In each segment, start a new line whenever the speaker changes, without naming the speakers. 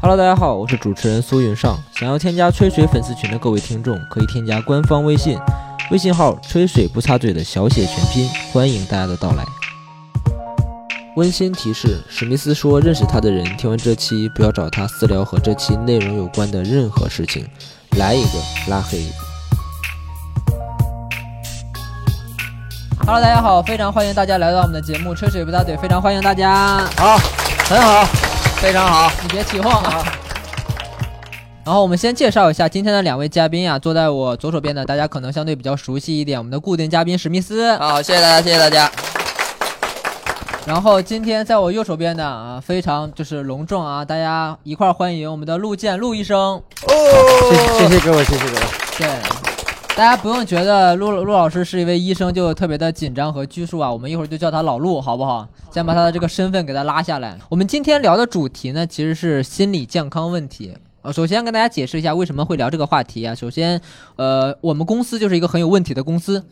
Hello，大家好，我是主持人苏云上。想要添加吹水粉丝群的各位听众，可以添加官方微信，微信号“吹水不擦嘴”的小写全拼，欢迎大家的到来。温馨提示：史密斯说，认识他的人听完这期不要找他私聊和这期内容有关的任何事情，来一个拉黑。
Hello，大家好，非常欢迎大家来到我们的节目《吹水不打嘴》，非常欢迎大家。
好，很好，非常好。
你别起哄啊！然后我们先介绍一下今天的两位嘉宾啊，坐在我左手边的大家可能相对比较熟悉一点，我们的固定嘉宾史密斯。
好，谢谢大家，谢谢大家。
然后今天在我右手边的啊，非常就是隆重啊，大家一块儿欢迎我们的陆健陆医生。
哦，
谢谢各位，谢谢各位。
对，大家不用觉得陆陆老师是一位医生就特别的紧张和拘束啊，我们一会儿就叫他老陆，好不好？先把他的这个身份给他拉下来。我们今天聊的主题呢，其实是心理健康问题。呃，首先跟大家解释一下为什么会聊这个话题啊。首先，呃，我们公司就是一个很有问题的公司，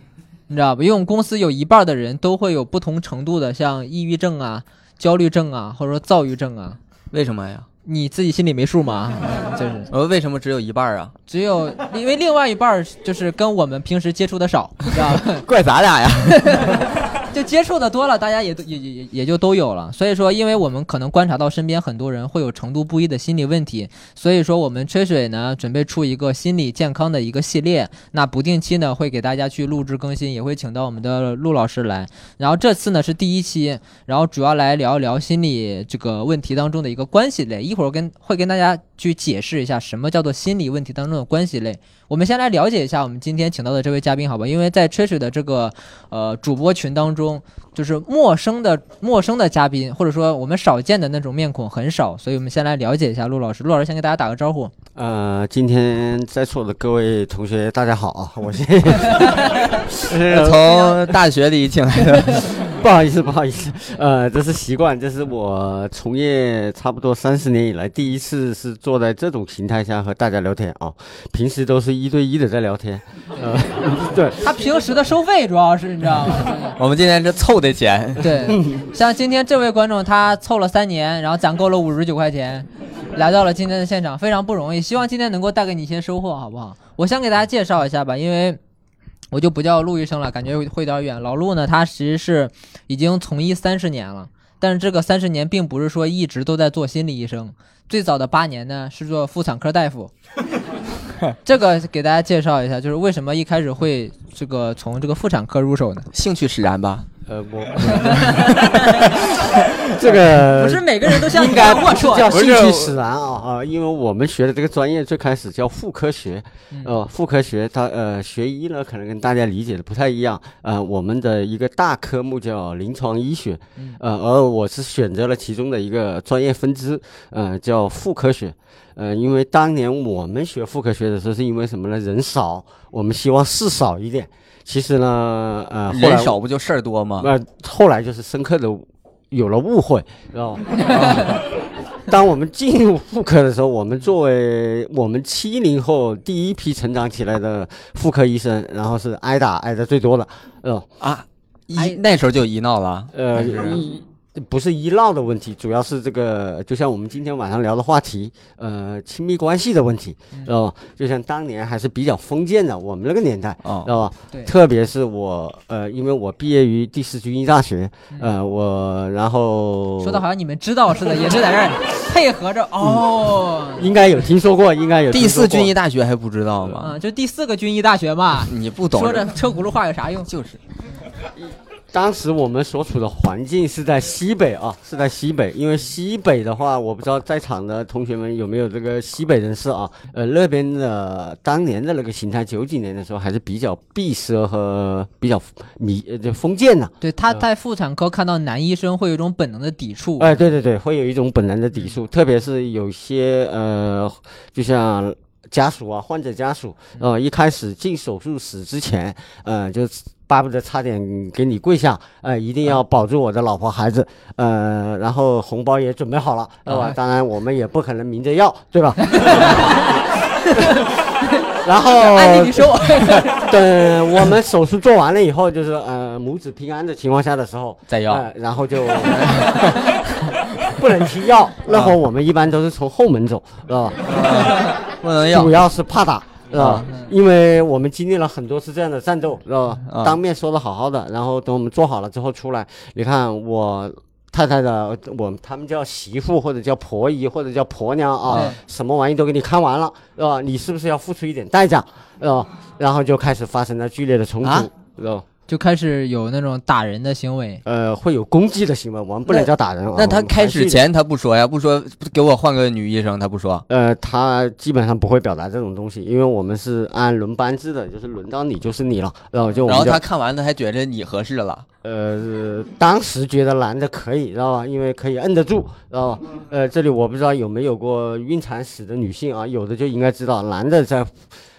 你知道吧？因为我们公司有一半的人都会有不同程度的像抑郁症啊、焦虑症啊，或者说躁郁症啊。
为什么呀？
你自己心里没数吗？就是。
呃，为什么只有一半儿啊？
只有因为另外一半儿就是跟我们平时接触的少，你知道吧？
怪咱
啊
俩呀？
就接触的多了，大家也都也也也也就都有了。所以说，因为我们可能观察到身边很多人会有程度不一的心理问题，所以说我们吹水呢准备出一个心理健康的一个系列，那不定期呢会给大家去录制更新，也会请到我们的陆老师来。然后这次呢是第一期，然后主要来聊一聊心理这个问题当中的一个关系类。一会儿跟会跟大家去解释一下什么叫做心理问题当中的关系类。我们先来了解一下我们今天请到的这位嘉宾，好吧？因为在吹水的这个呃主播群当中，就是陌生的陌生的嘉宾，或者说我们少见的那种面孔很少，所以我们先来了解一下陆老师。陆老师先给大家打个招呼。
呃，今天在座的各位同学，大家好 啊，我是这 是
从大学里请来的。
不好意思，不好意思，呃，这是习惯，这是我从业差不多三十年以来第一次是坐在这种形态下和大家聊天啊，平时都是一对一的在聊天，呃， 对，
他平时的收费主要是你知道吗？
我们今天这凑的钱，
对，像今天这位观众，他凑了三年，然后攒够了五十九块钱，来到了今天的现场，非常不容易。希望今天能够带给你一些收获，好不好？我先给大家介绍一下吧，因为我就不叫陆医生了，感觉会有点远。老陆呢，他其实是已经从医三十年了，但是这个三十年并不是说一直都在做心理医生，最早的八年呢是做妇产科大夫。这个给大家介绍一下，就是为什么一开始会这个从这个妇产科入手呢？
兴趣使然吧？
呃，我这个
不是每个人都像你
呃应该
这样龌龊，
叫
不
兴
是
趣使然啊啊！因为我们学的这个专业最开始叫妇科学，
嗯
呃，妇科学它呃学医呢，可能跟大家理解的不太一样。呃，我们的一个大科目叫临床医学，
嗯
呃，而我是选择了其中的一个专业分支，呃，叫妇科学。呃，因为当年我们学妇科学的时候，是因为什么呢？人少，我们希望事少一点。其实呢，呃，后来
人少不就事儿多
啊
吗？
呃，后来就是深刻的有了误会，知道吗？啊当我们进入妇科的时候，我们作为我们七零后第一批成长起来的妇科医生，然后是挨打挨的最多的，呃
啊，
哎
一那时候就医闹了。
呃，一不是医闹的问题，主要是这个，就像我们今天晚上聊的话题，呃，亲密关系的问题，知道吧？就像当年还是比较封建的，我们那个年代，知
哦，
道吧？
对
特别是我，呃，因为我毕业于第四军医大学，呃，我然后
说的好像你们知道似的，也是在这儿配合 着哦。
应该有听说过，应该有
第四军
医
医大学还不知道吗？
嗯，就第四个军医大学嘛，
你不懂。
说着车轱辘话有啥用？
就是
当时我们所处的环境是在西北啊，是在西北，因为西北的话，我不知道在场的同学们有没有这个西北人士啊，呃，那边的当年的那个形态，九几年的时候还是比较闭塞和比较迷呃就封建的、
对，他在妇产科看到男医生会有一种本能的抵触。
哎，对对对，会有一种本能的抵
嗯
触，特别是有些呃，就像家属啊，患者家属，
嗯
呃，一开始进手术室之前，呃，就巴不得差点给你跪下，呃，一
嗯
定要保住我的老婆孩子，呃，然后红包也准备好了，对
嗯
吧？当然我们也不可能明着要，对吧？然后，
安哎妮，你说我
等我们手术做完了以后，哎就是呃母子平安的情况下的时候，
再要
呃然后就不能吃药。
啊
那会儿我们一般都是从后门走，知道吧？
不能要
主要是怕打，知道吧
啊？
因为我们经历了很多次这样的战斗，知道吧？
啊
当面说的好好的，然后等我们做好了之后出来，你看我。太太的，我他们叫媳妇或者叫婆姨或者叫婆娘啊
对，
什么玩意都给你看完了，是吧？你是不是要付出一点代价，是吧？然后就开始发生了剧烈的冲突
啊，
知道吧？
就开始有那种打人的行为。
呃，会有攻击的行为，我们不能
那
叫打人啊。
那
我
他
们
开
还是
始前他不说呀，不说不给我换个女医生，他不说。
呃，他基本上不会表达这种东西，因为我们是按轮班制的，就是轮到你就是你了，然后就
嗯
我
然
们
后
就
他看完了还觉着你合适了，
呃，当时觉得男的可以，知道吧？因为可以摁得住，知道吧？呃，这里我不知道有没有过孕产史的女性啊，有的就应该知道，男的在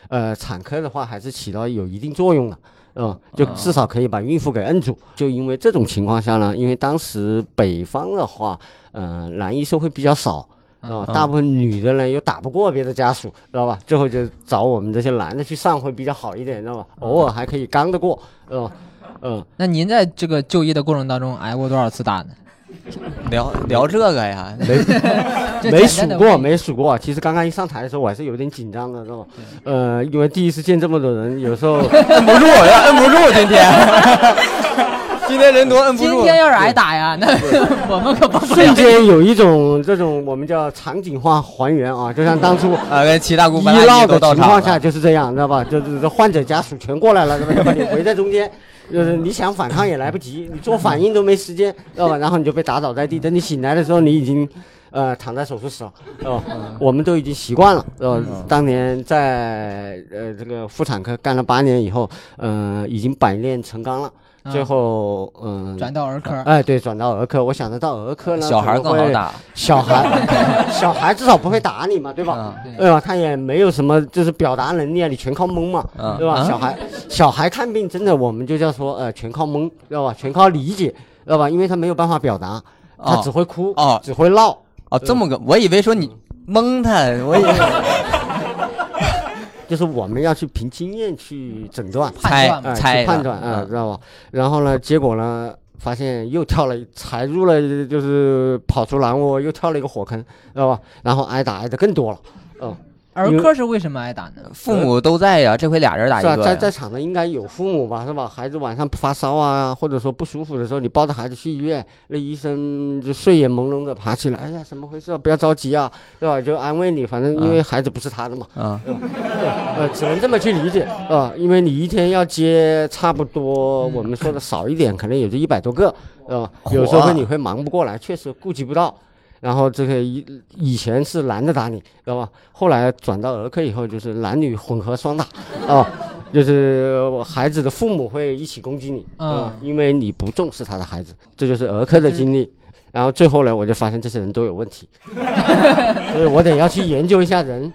呃产科的话还是起到有一定作用的。嗯，就
啊
至少可以把孕妇给摁住。就因为这种情况下呢，因为当时北方的话，呃，男医生会比较少，
嗯
啊、大部分女的呢又打不过别的家属，知道吧？最后就找我们这些男的去上会比较好一点，知道
啊
吧？偶尔还可以刚得过，知道吧？ 嗯，
那您在这个就医的过程当中挨过多少次打呢？
聊聊这个 呀，
这
没
简
数
单地
过，
问一
没数过。其实刚刚一上台的时候，我还是有点紧张的，知道吗？呃，因为第一次见这么多人，有时候
摁不住，要摁不住今天。今天人多，摁不
今
住。
天要是挨打呀，那 我们可帮不
瞬
了。
间有一种这种我们叫场景化还原啊，就像当初
啊，跟齐大姑、白大
医闹
姨都
的
到
情
场
况下
了。
就是这样，知道吧？就是这患者家属全过来了，对吧？要把你围在中间，就是你想反抗也来不及，你做反应都没时间，知道吧？然后你就被打倒在地，等你醒来的时候，你已经。呃，躺在手术室了，哦、我们都已经习惯了，呃，
嗯
当年在呃这个妇产科干了八年以后，呃，已经百炼成钢了，最后，嗯、
转到儿科，
哎，对，转到儿科，我想着到儿科呢，
小孩
可能
更好
会
打，
小孩，小孩至少不会打你嘛，对吧？
嗯
对吧？他也没有什么就是表达能力啊，你全靠蒙嘛，
嗯
对
啊
吧？
嗯
小孩，小孩看病真的我们就叫说呃，全靠蒙，知道吧？全靠理解，知道吧？因为他没有办法表达，他
哦
只会哭，
哦
只会闹。
哦，这么个，我以为说你蒙 他，我以为
就是我们要去凭经验去诊断，
判
猜
断嘛
哎，
猜嗯
去判断啊，知道吧？然后呢，结果呢，发现又跳了一，踩入了就是跑出狼窝，又跳了一个火坑，知道吧？然后挨打挨的更多了，嗯，
儿科是为什么挨打呢？
父母都在呀，这回俩人打一啊
是吧？啊
个
在
呀。
在场的应该有父母吧，是吧？孩子晚上发烧啊，或者说不舒服的时候，你抱着孩子去医院，那医生就睡眼朦胧的爬起来，哎呀，怎么回事啊？不要着急啊，对吧？就安慰你，反正因为孩子不是他的嘛，
嗯，
呃，只能这么去理解啊、因为你一天要接差不多，我们说的少一点，可能也就一百多个，啊，有时候你会忙不过来，确实顾及不到。然后这个以以前是男的打你，知道吧？后来转到儿科以后，就是男女混合双打， 啊，就是孩子的父母会一起攻击你，啊，因为你不重视他的孩子，这就是儿科的经历。然后最后呢，我就发现这些人都有问题，所以我得要去研究一下人，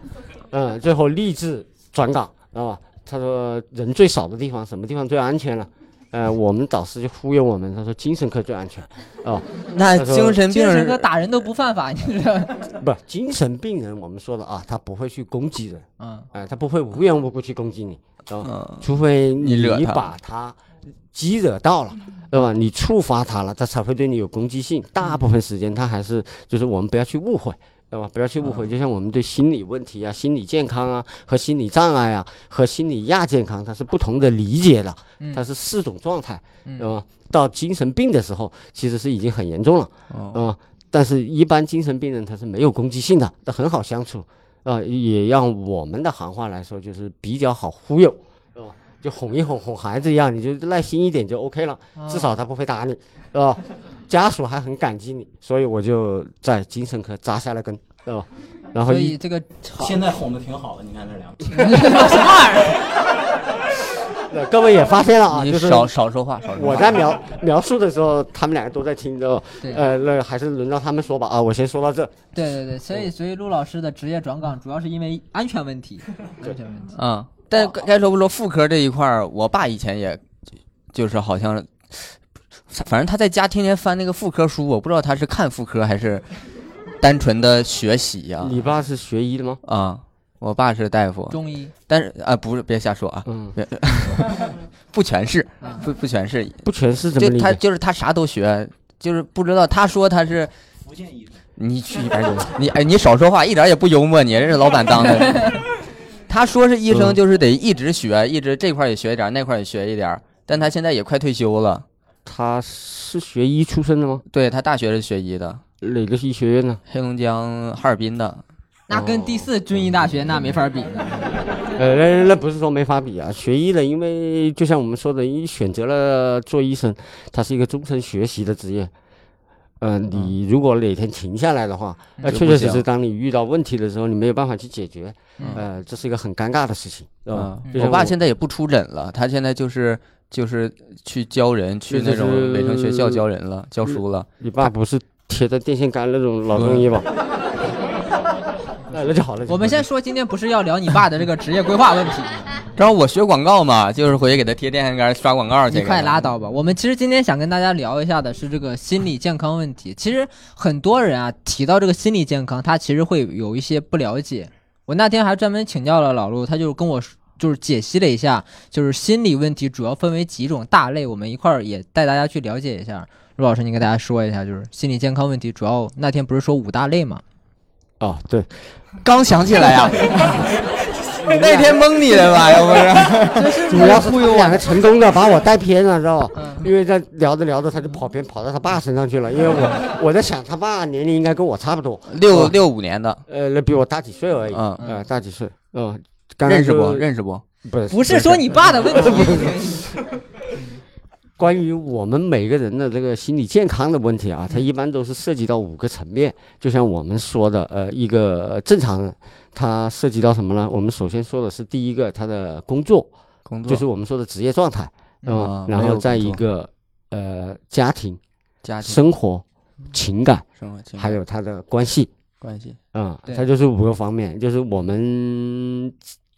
嗯，最后立志转岗，知道吧？他说人最少的地方，什么地方最安全了？呃，我们导师就忽悠我们，他说精神科最安全，哦，
那精神病
精神科
人
打人都不犯法，你知道吗？
不，精神病人我们说的啊，他不会去攻击人，
嗯，
哎、他不会无缘无故去攻击你，哦，
嗯
除非
你惹他
把他激惹到了，对吧？你触发他了，他才会对你有攻击性。大部分时间他还是就是我们不要去误会，对吧？不要去误会，就像我们对心理问题啊、心理健康啊和心理障碍啊和心理亚健康，它是不同的理解的，它是四种状态，
嗯
对吧？到精神病的时候，其实是已经很严重了，
哦
嗯，但是一般精神病人他是没有攻击性的，他很好相处，呃，也让我们的行话来说就是比较好忽悠，对吧？就哄一哄，哄孩子一样，你就耐心一点就 OK 了，
啊
至少他不会打你，对吧？家属还很感激你，所以我就在精神科扎下了根，对吧？然后
所
一
以这个
现在哄的挺好的，你看这两个。
呃各位也发现了啊，
你
就是
少少说话，少说话。
我在描描述的时候，他们两个都在听着
对，
呃，那还是轮到他们说吧啊，我先说到这，
对对对，所以所以陆老师的职业转岗主要是因为安全 问题，安全问题。
嗯，但是该该说不说，妇科这一块儿，我爸以前也就是好像，反正他在家天天翻那个妇科书，我不知道他是看妇科还是单纯的学习呀、
你爸是学医的吗？
啊。我爸是大夫，
中医
但是啊、不是，别瞎说啊，
嗯，
不全是
嗯，
不不全是，
不全是怎么
就
理
他
解？
就是他啥都学，就是不知道他说他是
福建医生。
你去一边去！你哎，你少说话，一点也不幽默，你这是老板当 的。他说是医
嗯
生，就是得一直学，一直这块儿也学一点儿，那块儿也学一点儿。但他现在也快退休了，
他是学医出身的吗？
对他大学是学医的，
哪个医学院呢？
黑龙江哈尔滨的。
那跟第四军医大学那没法比
嗯
呢。
呃，那那不是说没法比啊，学医的，因为就像我们说的，你选择了做医生，它是一个终身学习的职业。呃，你如果哪天停下来的话，那、
嗯就
确
不
确实
行
实，当你遇到问题的时候，你没有办法去解决，
嗯
呃，这是一个很尴尬的事情，对吧
嗯？
就像
我爸
我
现在也不出诊了，他现在就是就是去教人，去那种卫生学校教人了，教书了。
你爸不是贴着电线杆那种老中医吧？
嗯
那那就好了。
我们先说，今天不是要聊你爸的这个职业规划问题，
嗯
然后我学广告嘛，就是回去给他贴电线杆刷广告去。
你快拉！倒吧。我们其实今天想跟大家聊一下的是这个心理健康问题。其实很多人啊提到这个心理健康，他其实会有一些不了解。我那天还专门请教了老陆，他就是跟我说就是解析了一下，就是心理问题主要分为几种大类，我们一块儿也带大家去了解一下。陆老师，你给大家说一下，就是心理健康问题主要那天不是说五大类吗？
哦，对，
刚想起来呀、 那天蒙你的 吧，要不是？
主要是他们两个成功的把我带偏了，知道吧？因为在聊着聊着，他就跑偏跑到他爸身上去了。因为我我在想，他爸年龄应该跟我差不多，
六六五年的，
呃，那比我大几岁而已，
嗯
呃，大几岁，嗯，刚刚
认识不？
就
认识不？
不是
不是说你爸的问题，
关于我们每个人的这个心理健康的问题啊，它一般都是涉及到五个层面。就像我们说的，呃，一个正常人，他涉及到什么呢？我们首先说的是第一个，他的工作，
工作
就是我们说的职业状态，
啊
嗯，然
没有
后
工
再一
作
个，呃，家庭、
家庭嗯
生活、情感，
生活情
还
感
有他的关系，
关系。
嗯，
对
它就是五个方面，就是我们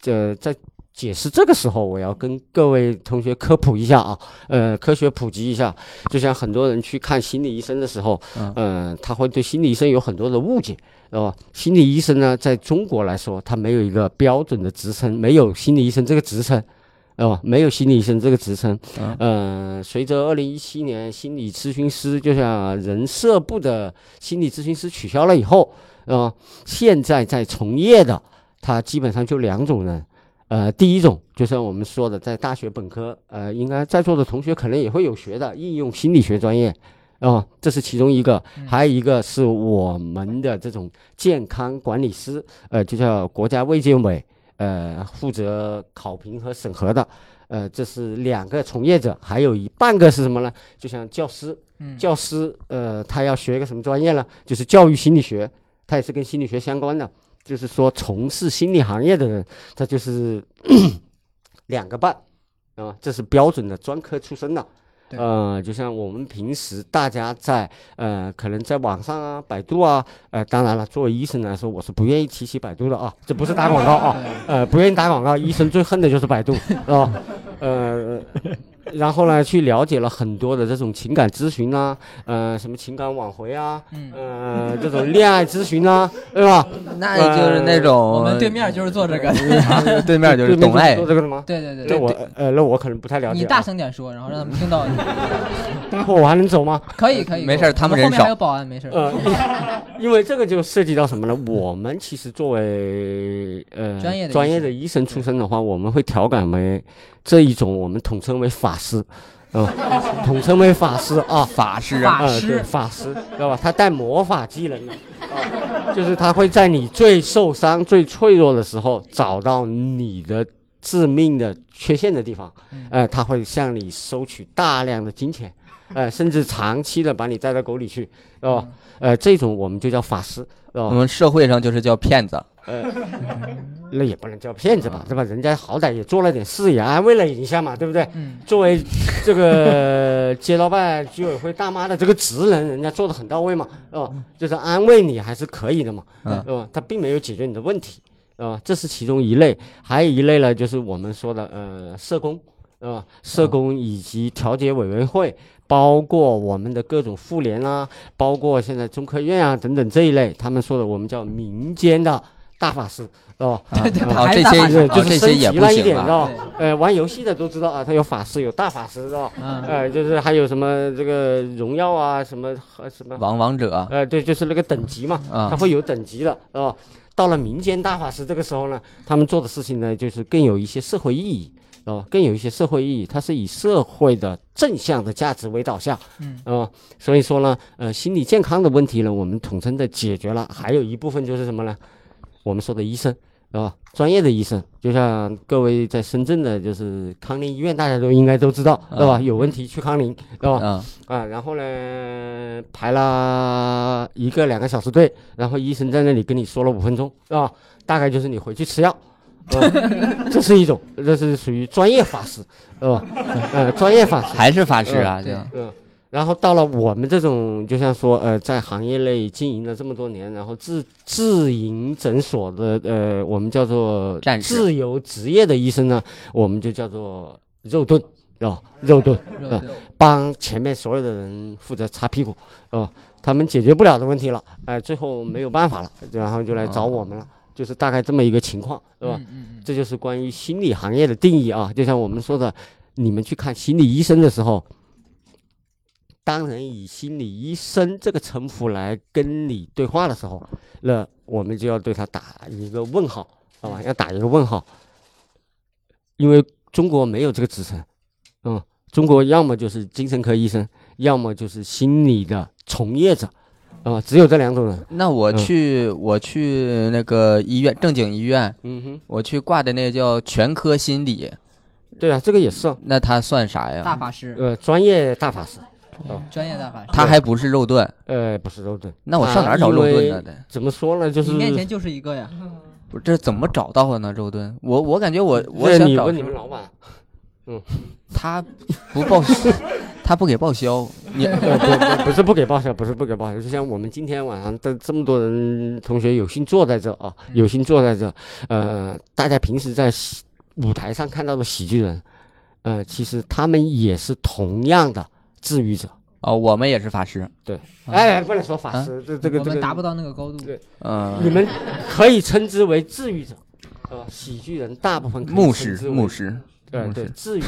呃在解释这个时候，我要跟各位同学科普一下啊，呃，科学普及一下。就像很多人去看心理医生的时候，
嗯
呃，他会对心理医生有很多的误解，知道吧？心理医生呢，在中国来说，他没有一个标准的职称，没有心理医生这个职称。哦，没有心理医生这个职称，
嗯
呃，随着二零一七年心理咨询师，就像人社部的心理咨询师取消了以后，呃，现在在从业的，他基本上就两种人，呃，第一种就像我们说的，在大学本科，呃，应该在座的同学可能也会有学的应用心理学专业，哦、这是其中一个，还有一个是我们的这种健康管理师，呃，就叫国家卫健委，呃，负责考评和审核的。呃，这是两个从业者，还有一半个是什么呢？就像教师，
嗯
教师，呃，他要学一个什么专业呢？就是教育心理学，他也是跟心理学相关的。就是说，从事心理行业的人，他就是 两个半，啊、这是标准的专科出身的。
对
呃，就像我们平时大家在呃，可能在网上啊、百度啊，呃，当然了，作为医生来说，我是不愿意提起百度的啊，这不是打广告啊，呃，不愿意打广告，医生最恨的就是百度，是吧？呃，然后呢，去了解了很多的这种情感咨询啊，呃，什么情感挽回啊，
嗯
呃，这种恋爱咨询啊，对吧？
那
呃
就是那种
我们对面就是做这个的。
啊对面就是
对面
懂爱
做，这个的吗？
对对对
那
对，
我呃，那我可能不太了解、啊。
你大声点说，然后让他们听到你。
大伙我还能走吗？
可以可以，
呃没事儿他们
我
人
后面还
少
有保安，没事儿。
呃，因为这个就涉及到什么呢？我们其实作为呃
专业的医生
的医生出身的话，我们会调侃为这一种，我们统称为法师，嗯、统称为法师啊。
法师啊，
法
呃
师
对法师，知道吧？他带魔法技能的，啊，就是他会在你最受伤、最脆弱的时候，找到你的致命的缺陷的地方，
嗯
呃，他会向你收取大量的金钱，呃，甚至长期的把你带到沟里去，知道吧？呃，这种我们就叫法师，知道
我
吧？
们社会上就是叫骗子。
那也不能叫骗子吧，对吧？人家好歹也做了点事，也安慰了你一下嘛，对不对？
嗯
作为这个 街道办居委会大妈的这个职能，人家做的很到位嘛，哦、 就是安慰你还是可以的嘛，
嗯
对吧？他并没有解决你的问题，啊、这是其中一类，还有一类呢，就是我们说的呃社工，啊，社工以及调解委员会，包括我们的各种妇联啊，包括现在中科院啊等等这一类，他们说的我们叫民间的大法师，知道吧？
对对，
哦，
还
这
是
些
大法
对，
师
啊就
哦
是
这
升
些
级
也不
了一
行
点，知
吧？
道吧？呃，玩游戏的都知道啊，它有法师，有大法师，知道吧？
嗯，
呃，就是还有什么这个荣耀啊，什么和什么，
王王者
呃，对，就是那个等级嘛，
啊
它会有等级的，知道吧？到了民间大法师这个时候呢，他们做的事情呢，就是更有一些社会意义，哦，更有一些社会意义，它是以社会的正向的价值为导向，
嗯，
哦，所以说呢，呃，心理健康的问题呢，我们统称的解决了，还有一部分就是什么呢？我们说的医生，啊、专业的医生，就像各位在深圳的，就是康宁医院，大家都应该都知道，对吧？有问题去康宁，对吧？
嗯，
啊，然后呢，排了一个两个小时队，然后医生在那里跟你说了五分钟，啊，大概就是你回去吃药。啊 这是一种，这是属于专业法师，呃，呃，专业法师，
还是法师啊，这样
嗯，然后到了我们这种，就像说，呃，在行业内经营了这么多年，然后自自营诊所的，呃，我们叫做
战士
自由职业的医生呢，我们就叫做肉盾，是吧？肉盾，
肉
呃
盾
帮前面所有的人负责擦屁股，是吧？他们解决不了的问题了，哎、最后没有办法了，然后就来
哦
找我们了，就是大概这么一个情况，是吧？
嗯嗯
这就是关于心理行业的定义啊。就像我们说的，你们去看心理医生的时候，当人以心理医生这个称呼来跟你对话的时候，那我们就要对他打一个问号，好吧？要打一个问号，因为中国没有这个职称，嗯，中国要么就是精神科医生，要么就是心理的从业者，啊、只有这两种人。
那我
嗯
去，我去那个医院，正经医院，
嗯哼，
我去挂的那个叫全科心理，
对啊，这个也是啊，
那他算啥
嗯，大
呀？
法师，嗯
呃，专业大法师，
专业大法师，
他还不是肉盾，
呃，不是肉盾。
那我上哪儿找肉盾呢？得
怎么说呢？就是
你面前就是一个呀，
不是这怎么找到的呢？肉盾，我我感觉我我
这
想
你
找
问你们老板，
他不报， 他不给报销，你
呃不不不是不给报销，不是不给报销，就像我们今天晚上的这么多人同学有幸坐在这啊，有幸坐在这，呃，大家平时在喜舞台上看到的喜剧人，呃，其实他们也是同样的治愈者。
哦，我们也是法师，
哎，不能说法
啊
师，这这个
我
这
们
个
达不到那个高度。
对你
嗯，
们可以称之为治愈者，呃，喜剧人大部分可以
牧
称
师
之为
牧，师，
对
牧
对，
师
治愈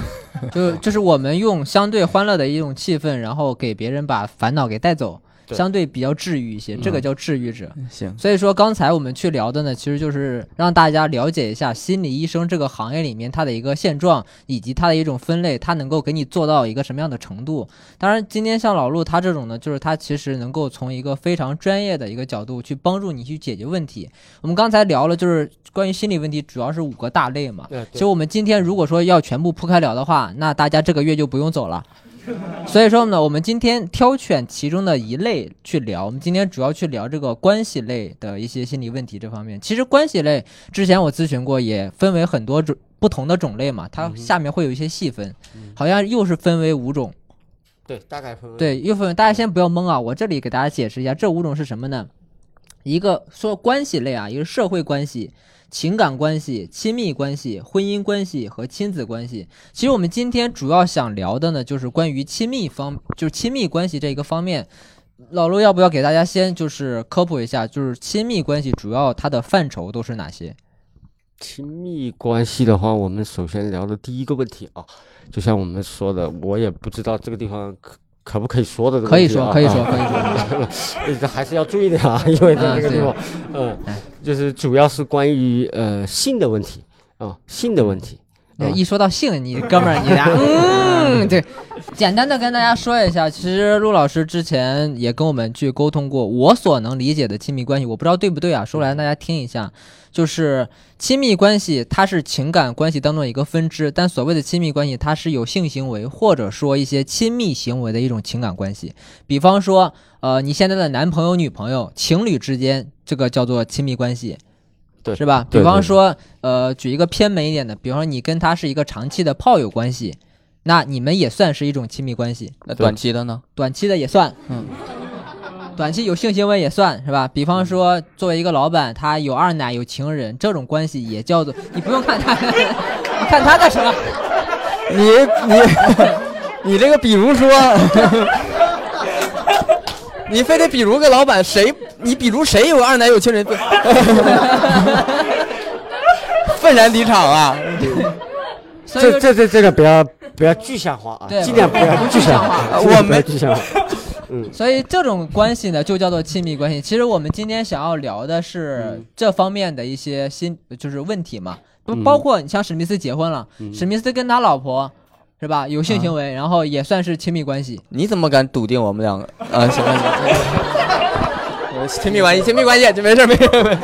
就就是我们用相对欢乐的一种气氛，然后给别人把烦恼给带走，
对
相对比较治愈一些，
嗯
这个叫治愈者。
行，
所以说，刚才我们去聊的呢，其实就是让大家了解一下心理医生这个行业里面它的一个现状，以及它的一种分类，它能够给你做到一个什么样的程度。当然，今天像老陆他这种呢，就是他其实能够从一个非常专业的一个角度去帮助你去解决问题。我们刚才聊了，就是关于心理问题，主要是五个大类嘛。
呃
其
对
实我们今天如果说要全部铺开聊的话，那大家这个月就不用走了。所以说呢，我们今天挑选其中的一类去聊。我们今天主要去聊这个关系类的一些心理问题这方面。其实关系类之前我咨询过，也分为很多种不同的种类嘛，它下面会有一些细分，好像又是分为五种。
对，大概分为
对，又分为大家先不要懵啊，我这里给大家解释一下，这五种是什么呢？一个说关系类啊，一个是社会关系、情感关系、亲密关系、婚姻关系和亲子关系。其实我们今天主要想聊的呢，就是关于亲密方，就是亲密关系这一个方面。老陆要不要给大家先就是科普一下，就是亲密关系主要它的范畴都是哪些？
亲密关系的话，我们首先聊的第一个问题啊，就像我们说的，我也不知道这个地方可可不可以说的这个
可以
问题
说，
啊，
可以说，可以说。
以说，还是要注意点啊，因为在这个地方，嗯，就是主要是关于呃性的问题啊，性的问题，
对，一说到性，你哥们儿，你俩，嗯，对，简单的跟大家说一下，其实陆老师之前也跟我们去沟通过，我所能理解的亲密关系，我不知道对不对啊，说来大家听一下，就是亲密关系，它是情感关系当中的一个分支，但所谓的亲密关系，它是有性行为或者说一些亲密行为的一种情感关系，比方说，呃，你现在的男朋友、女朋友、情侣之间，这个叫做亲密关系。
对
是吧？
对
比
对
方说，呃，举一个偏门一点的，比方说你跟他是一个长期的炮友关系，那你们也算是一种亲密关系，
那短期的呢？
短期的也算，
嗯，
短期有性行为也算是吧？比方说，作为一个老板，他有二奶有情人，这种关系也叫做，你不用看他， 看他干什么？
你 你你这个比如说，你非得比如个老板，谁你比如谁有二奶有情人， 愤然离场啊！
所以就
这这这这个不要不要具象化啊
嗯对，
尽量不要
不具
具象
象化
化，
我
尽量不要
们
具象化。
所以这种关系呢，就叫做亲密关系。其实我们今天想要聊的是这方面的一些心，就是问题嘛，不包括你像史密斯结婚了，史密斯跟他老婆是吧有性行为，然后也算是亲密关系。
你怎么敢笃定我们两个啊？行了行了， 亲密关系，亲密关系，这没事没事。没事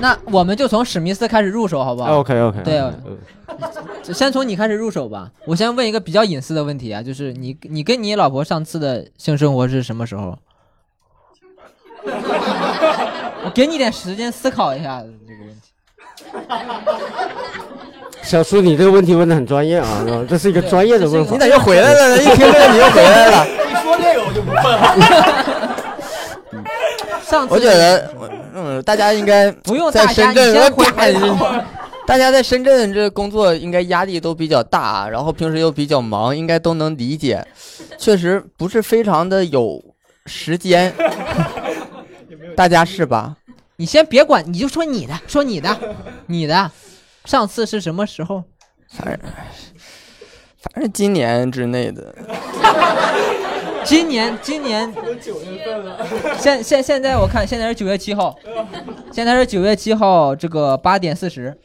那我们就从史密斯开始入手，好不好？
OK OK，
啊对就先从你开始入手吧。我先问一个比较隐私的问题啊，就是你你跟你老婆上次的性生活是什么时候？我给你点时间思考一下这个问题。
小苏，你这个问题问的很专业啊，是吧这是一个专业的问 法
你。咋又回来了呢？一听这个你又回来了。
一说这个我就不问了。
上 次
我觉得，我嗯，大家应该
不用
在
大家
深
你
圳，
先
我
回
打
答
你
我
大家在深圳这工作应该压力都比较大，然后平时又比较忙，应该都能理解。确实不是非常的有时 间，大家是吧？
你先别管，你就说你的，说你的，你的。上次是什么时候？
反正反正今年之内的，
今年，今年都九月份了。现现现在我看，现在是九月七 号，现在是九月七号，这个八点四十。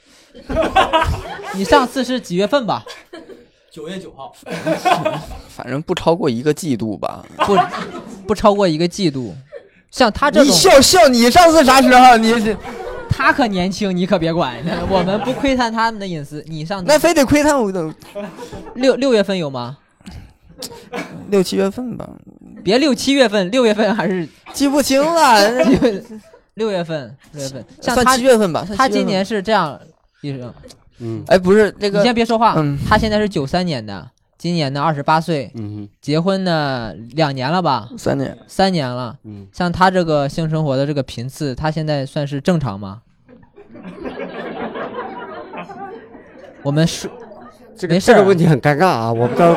你上次是几月份吧？
九月九号，
反正不超过一个季度吧。
不，不超过一个季度。像他这
你
种，
笑笑，你上次啥时候？你是
他可年轻，你可别管， 我们不窥探他们的隐私。你上
那非得窥探我等
六六月份有吗？
六七月份吧，
别六七月份，六月份还是
记不清了，
六月份？六月份， 像
算
他
七月份吧。算
他
七月
今
份
年是这样，医生，
嗯
哎，不是那
你
个
先别说话。
嗯
他现在是九三年的，今年呢二十八岁，
嗯
结婚呢两年了吧，
三年，
三年了。
嗯，
像他这个性生活的这个频次，他现在算是正常吗？ 我们是
这个
没事
这
儿
个问题很尴尬啊，我不知道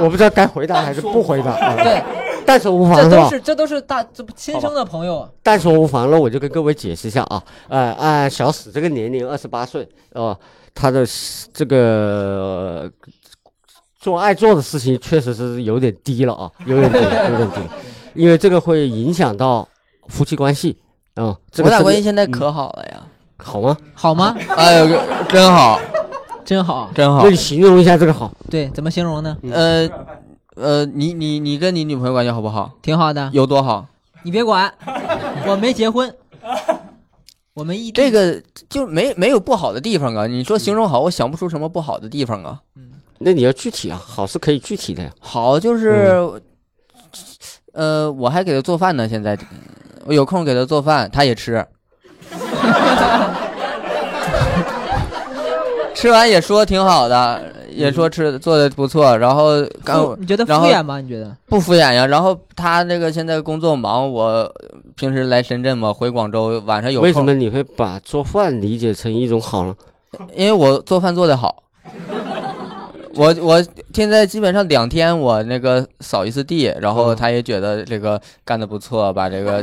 我不知道该回答还是不回答 啊。
对，
但所无妨
这
是吧
都？是这都是大这不亲生的朋友，啊
但所无妨了，我就跟各位解释一下啊，呃，按小史这个年龄，二十八岁，哦、他的这个、呃做爱做的事情确实是有点低了啊，有点低，有点低，因为这个会影响到夫妻关系啊、嗯这
我
个
俩
这个
关系现在可好了呀！
好吗？
好吗？
哎呦，真好，
真好。
真好
那你形容一下这个好，
对，怎么形容呢？
呃呃，你你你跟你女朋友关系好不好？
挺好的。
有多好？
你别管，我没结婚，我们异地
这个就没没有不好的地方啊！你说形容好，我想不出什么不好的地方啊。
那你要具体啊，好是可以具体的呀。
好就是，
嗯
呃，我还给她做饭呢，现在我有空给她做饭，她也吃。 吃完也说挺好的，也
嗯
说吃做的不错，然后干
敷你觉得敷
然后
衍吗？你觉得？
不敷衍呀。然后他那个现在工作忙，我平时来深圳嘛，回广州晚上有空。
为什么？你会把做饭理解成一种好呢？
因为我做饭做得好。我我现在基本上两天我那个扫一次地，然后他也觉得这个干得不错，把这个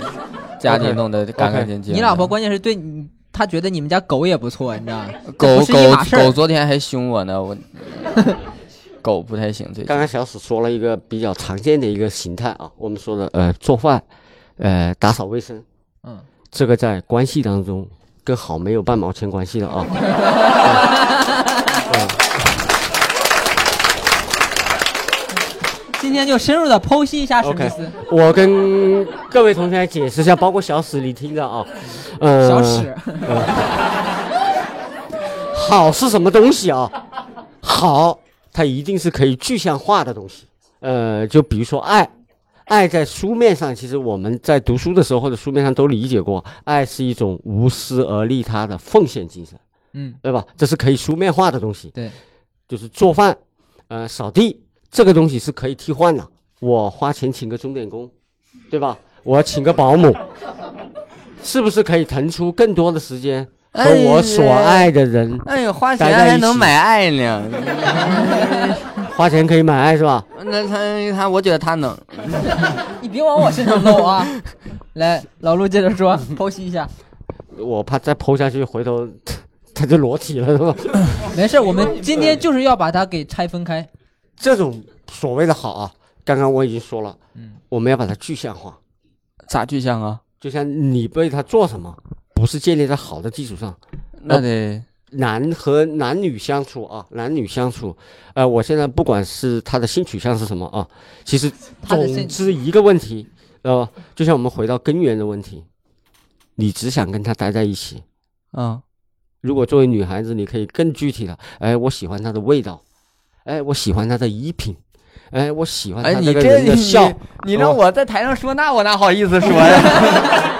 家里
OK，
弄得干干净净的。
你老婆关键是对你，她觉得你们家狗也不错，你知道吗？这
狗
不是一
狗
码事儿
狗昨天还凶我呢，我狗不太行最近
刚。刚小史说了一个比较常见的一个形态啊，我们说的呃做饭，呃打扫卫生，
嗯，
这个在关系当中跟好没有半毛钱关系的啊。
今天就深入的剖析一下史密
OK，
斯，
我跟各位同学解释一下，包括小史，你听着啊，呃，
小史，
好是什么东西啊？好，它一定是可以具象化的东西。呃，就比如说爱，爱在书面上，其实我们在读书的时候或者书面上都理解过，爱是一种无私而利他的奉献精神，
嗯，
对吧？这是可以书面化的东西。
对，
就是做饭，呃，扫地这个东西是可以替换的。我花钱请个钟点工，对吧？我要请个保 姆，是不是可以腾出更多的时间和
哎
我所
呀
爱的人？
哎呦，花
待
钱
在一
还能
起
买爱 呢。
花钱可以买爱是吧？
那他他，我觉得他能。
你别往我身上搂啊！来，老陆接着说，剖析一下。
我怕再剖下去，回头 他就裸体了，是吧？
没事，我们今天就是要把它给拆分开。
这种所谓的好啊，刚刚我已经说了，
嗯，
我们要把它具象化，
咋具象啊？
就像你为他做什么，不是建立在好的基础上。
那得
男和男女相处啊，男女相处，呃，我现在不管是他的性取向是什么啊，其实
他的性
总之一个问题，呃，就像我们回到根源的问题，你只想跟他待在一起。
啊，
如果作为女孩子，你可以更具体的，哎，我喜欢他的味道，哎，我喜欢他的衣品，哎，我喜欢
哎，
他
你
这个
这
人
你
的笑，
你
哦
让我在台上说，那我哪好意思说呀？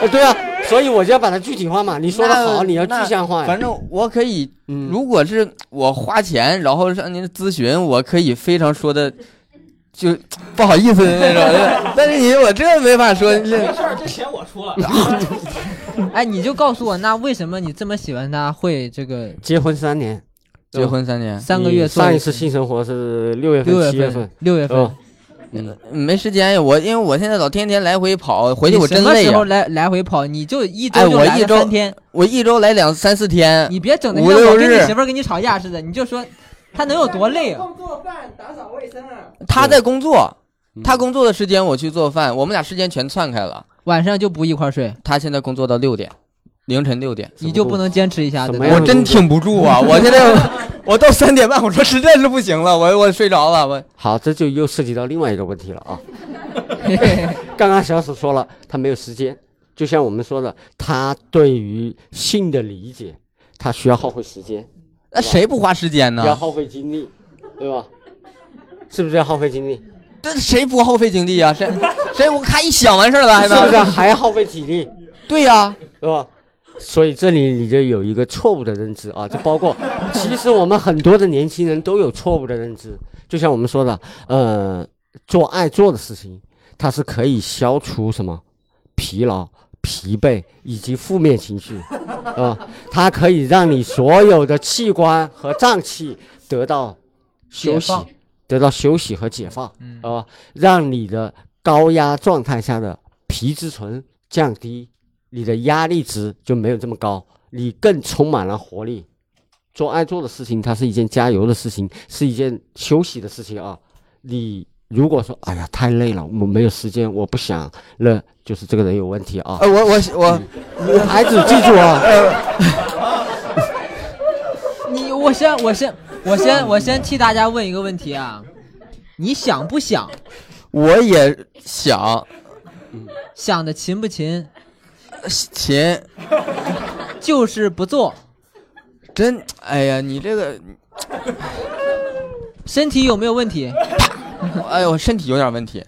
哎，对啊，所以我就要把它具体化嘛。你说的
那
好，你要具
那
象
哎
化呀。
反正我可以，
嗯
如果是我花钱，然后让您咨询，我可以非常说 的。就不好意思的那种，但是你我这没法说，你这
没事儿，这钱我出了。
哎，你就告诉我，那为什么你这么喜欢他？会这个
结婚三年，
结婚三年，
三个
你
月做
上一次性生活是六月
六
份、七
月
份
份，，六月份。
哦，
嗯没时间呀，我因为我现在老天天来回跑，回去
你
我真
什么
累
时候
呀，
来来回跑？你就一
哎
周就
我
来
一
了
周
三天，
我一周来两三四天，
你别整的
五
像我
六
跟你
日
媳妇儿跟你吵架似的，你就说他能有多累啊？
他在工作，
嗯
他工作的时间我去做饭，我们俩时间全篡开了。
晚上就不一块儿睡，
他现在工作到六点，凌晨六点，
你就不能坚持一下子呢？
什么样
我
的
真
工作
挺不住啊！我现 在我到三点半，我说实在是不行了，我我睡着了，我
好，这就又涉及到另外一个问题了啊。刚刚小史说了，他没有时间，就像我们说的，他对于性的理解，他需要耗费时间，
那谁不花时间
要
呢？
耗费精力，对吧？是不是要耗费精力？
这谁不耗费精力啊？谁谁我咔一想完事儿了还
是不是
能？
还耗费体力，
对呀、
对吧？所以这里你就有一个错误的认知啊，就包括其实我们很多的年轻人都有错误的认知，就像我们说的，呃，做爱做的事情，它是可以消除什么疲劳、疲惫以及负面情绪，啊、它可以让你所有的器官和脏器得到休
解
息
放，
得到休息和解放，啊、
嗯
让你的高压状态下的皮质醇降低，你的压力值就没有这么高，你更充满了活力。做爱做的事情，它是一件加油的事情，是一件休息的事情啊。你如果说哎呀太累了，我没有时间，我不想，那就是这个人有问题啊。
呃，我我我
女孩子记住啊，
你我先我先我先我先替大家问一个问题啊，你想不想？
我也想
想的勤不勤？
勤，
就是不做，
真哎呀，你这个
身体有没有问题？
哎呦，身体有点问题，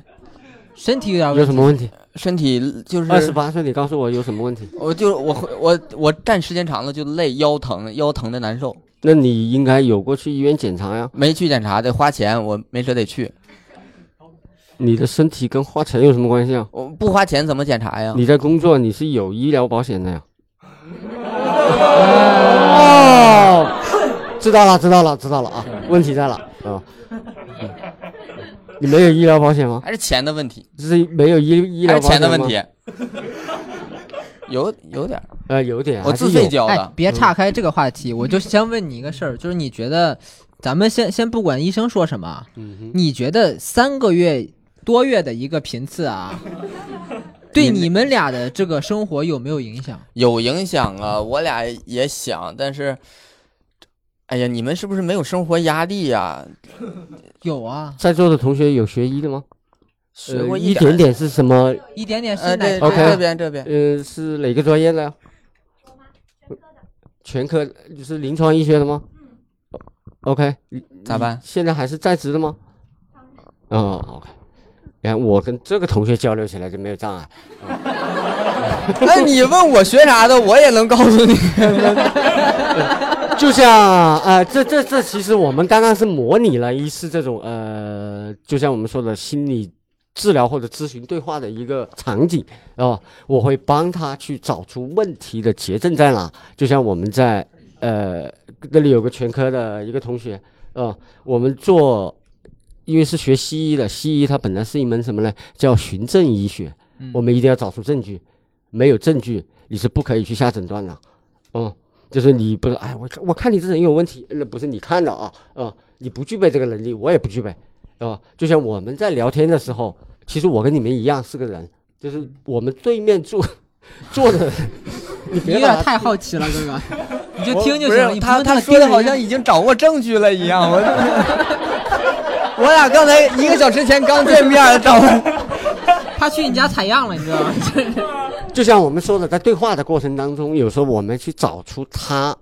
身体有点
有
问
什
题。
么问题？
身体就是
二十八岁，你告诉我有什么问题？
我就我会我我站时间长了就累，腰疼，腰疼的难受。
那你应该有过去医院检查呀。
没去检查得花钱，我没事得去。
你的身体跟花钱有什么关系啊？
我不花钱怎么检查呀？
你在工作，你是有医疗保险的呀。哦，知道了，知道了，知道了啊，问题在了啊。你没有医疗保险吗？
还是钱的问题，
这是没有医医
还
疗
是
保险
钱的
吗
问题。 有有点儿，
呃，有点，
我
还是
自费
有
交
哎
的，。
别岔开这个话题，我就先问你一个事儿，就是你觉得，咱们先先不管医生说什么啊，
嗯
你觉得三个月多月的一个频 次啊，对你们俩的这个生活有没有影响？
有影响啊，我俩也想，但是，哎呀，你们是不是没有生活压力呀、
有啊，
在座的同学有学医的吗？
学过
呃、一
点
点，点是什么？
一点哎点是
呃，
奶
这
茶。
OK
这边这边，
呃，是哪个专业的呀？全科就是临床医学的吗？OK，
嗯
咋 办？
现在还是在职的吗？哦，OK。你看，我跟这个同学交流起来就没有障碍。
那哎你问我学啥的，我也能告诉你。
就像啊、呃这这这，其实我们刚刚是模拟了一次这种呃，就像我们说的心理治疗或者咨询对话的一个场景哦、我会帮他去找出问题的结症在哪。就像我们在呃那里有个全科的一个同学，呃，我们做因为是学西医的，西医它本来是一门什么呢？叫循证医学。
嗯
我们一定要找出证据，没有证据你是不可以去下诊断的。嗯，就是你不是哎，我看我看你这人有问题，那不是你看了啊，嗯，你不具备这个能力，我也不具备，啊、就像我们在聊天的时候，其实我跟你们一样是个人，就是我们对面坐坐的人，你
你有
别把
点
他
太好奇了，哥哥，你就
我
听就
不
行了。
是
你
他
不用
他
那么
说的
盯着
好
人
像已经掌握证据了一样， 我我俩刚才一个小时前刚见面，掌握
他去你家采样了，你知道吗？就是
就像我们说的，在对话的过程当中，有时候我们去找出他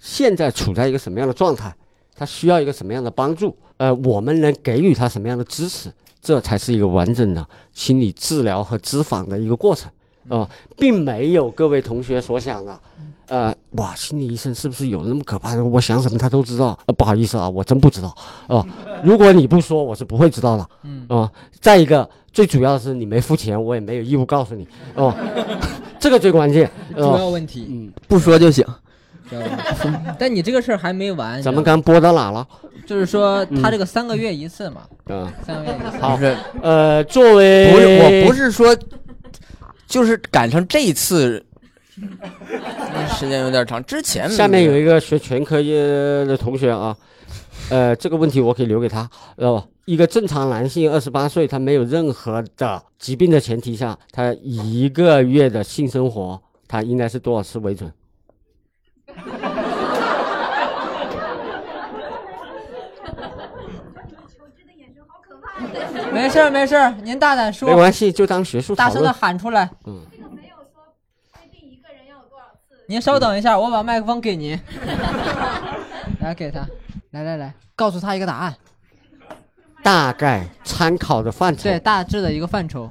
现在处在一个什么样的状态，他需要一个什么样的帮助，呃，我们能给予他什么样的支持，这才是一个完整的心理治疗和咨访的一个过程啊、呃并没有各位同学所想的。呃，哇，心理医生是不是有那么可怕的？我想什么他都知道、呃不好意思啊，我真不知道啊、 如果你不说，我是不会知道的。
嗯
哦、再一个，最主要的是你没付钱，我也没有义务告诉你 哦，这个最关键。
主
哦，
要问题，
嗯，
不说就行。
知道
嗯
吧？但你这个事儿还没完，
咱们刚播到哪了？
你知道吗就是说
嗯
他这个三个月一次嘛，
啊、
三个月一次。
好
不是
呃，作为
不是，我不是说，就是赶上这一次，时间有点长。之前
下面有一个学全科业的同学啊，呃，这个问题我可以留给他，知道吧？一个正常男性，二十八岁，他没有任何的疾病的前提下，他一个月的性生活，他应该是多少次为准？
没事儿没事儿，您大胆
哎
没
说，
关系，就当学术
大
讨
声的
论。
喊出来。
嗯，
您稍等一下，我把麦克风 给您。来给他，来来来，告诉他一个答案，
大概参考的范畴。
对大致的一个范畴。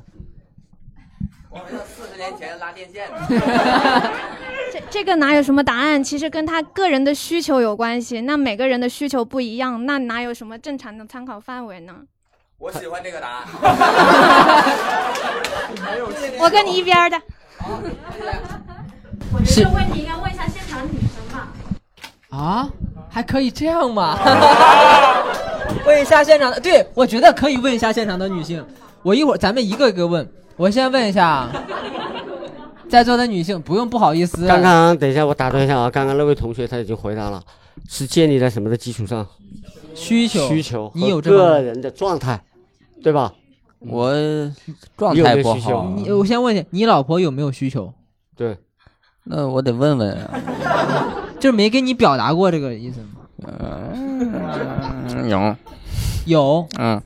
这这个哪有什么答案？其实跟他个人的需求有关系。那每个人的需求不一样，那哪有什么正常的参考范围呢？
我喜欢这个答案。
我跟你一边儿的。
我觉得这个问题应该问一下现场女生吧。
啊，还可以这样吗？ 问一下现场的，对我觉得可以问一下现场的女性。我一会儿咱们一个一个问，我先问一下，在座的女性不用不好意思。
刚刚等一下，我打断一下啊，刚刚那位同学他已经回答了，是建立在什么的基础上？
需求
需求和
你有这
个
个？
人的状态，对吧？
我状态不
你有没有需求
好，啊
你我先问一下，你老婆有没有需求？
对，
那我得问问啊。
就是没跟你表达过这个意思吗？
嗯，有，
有
嗯，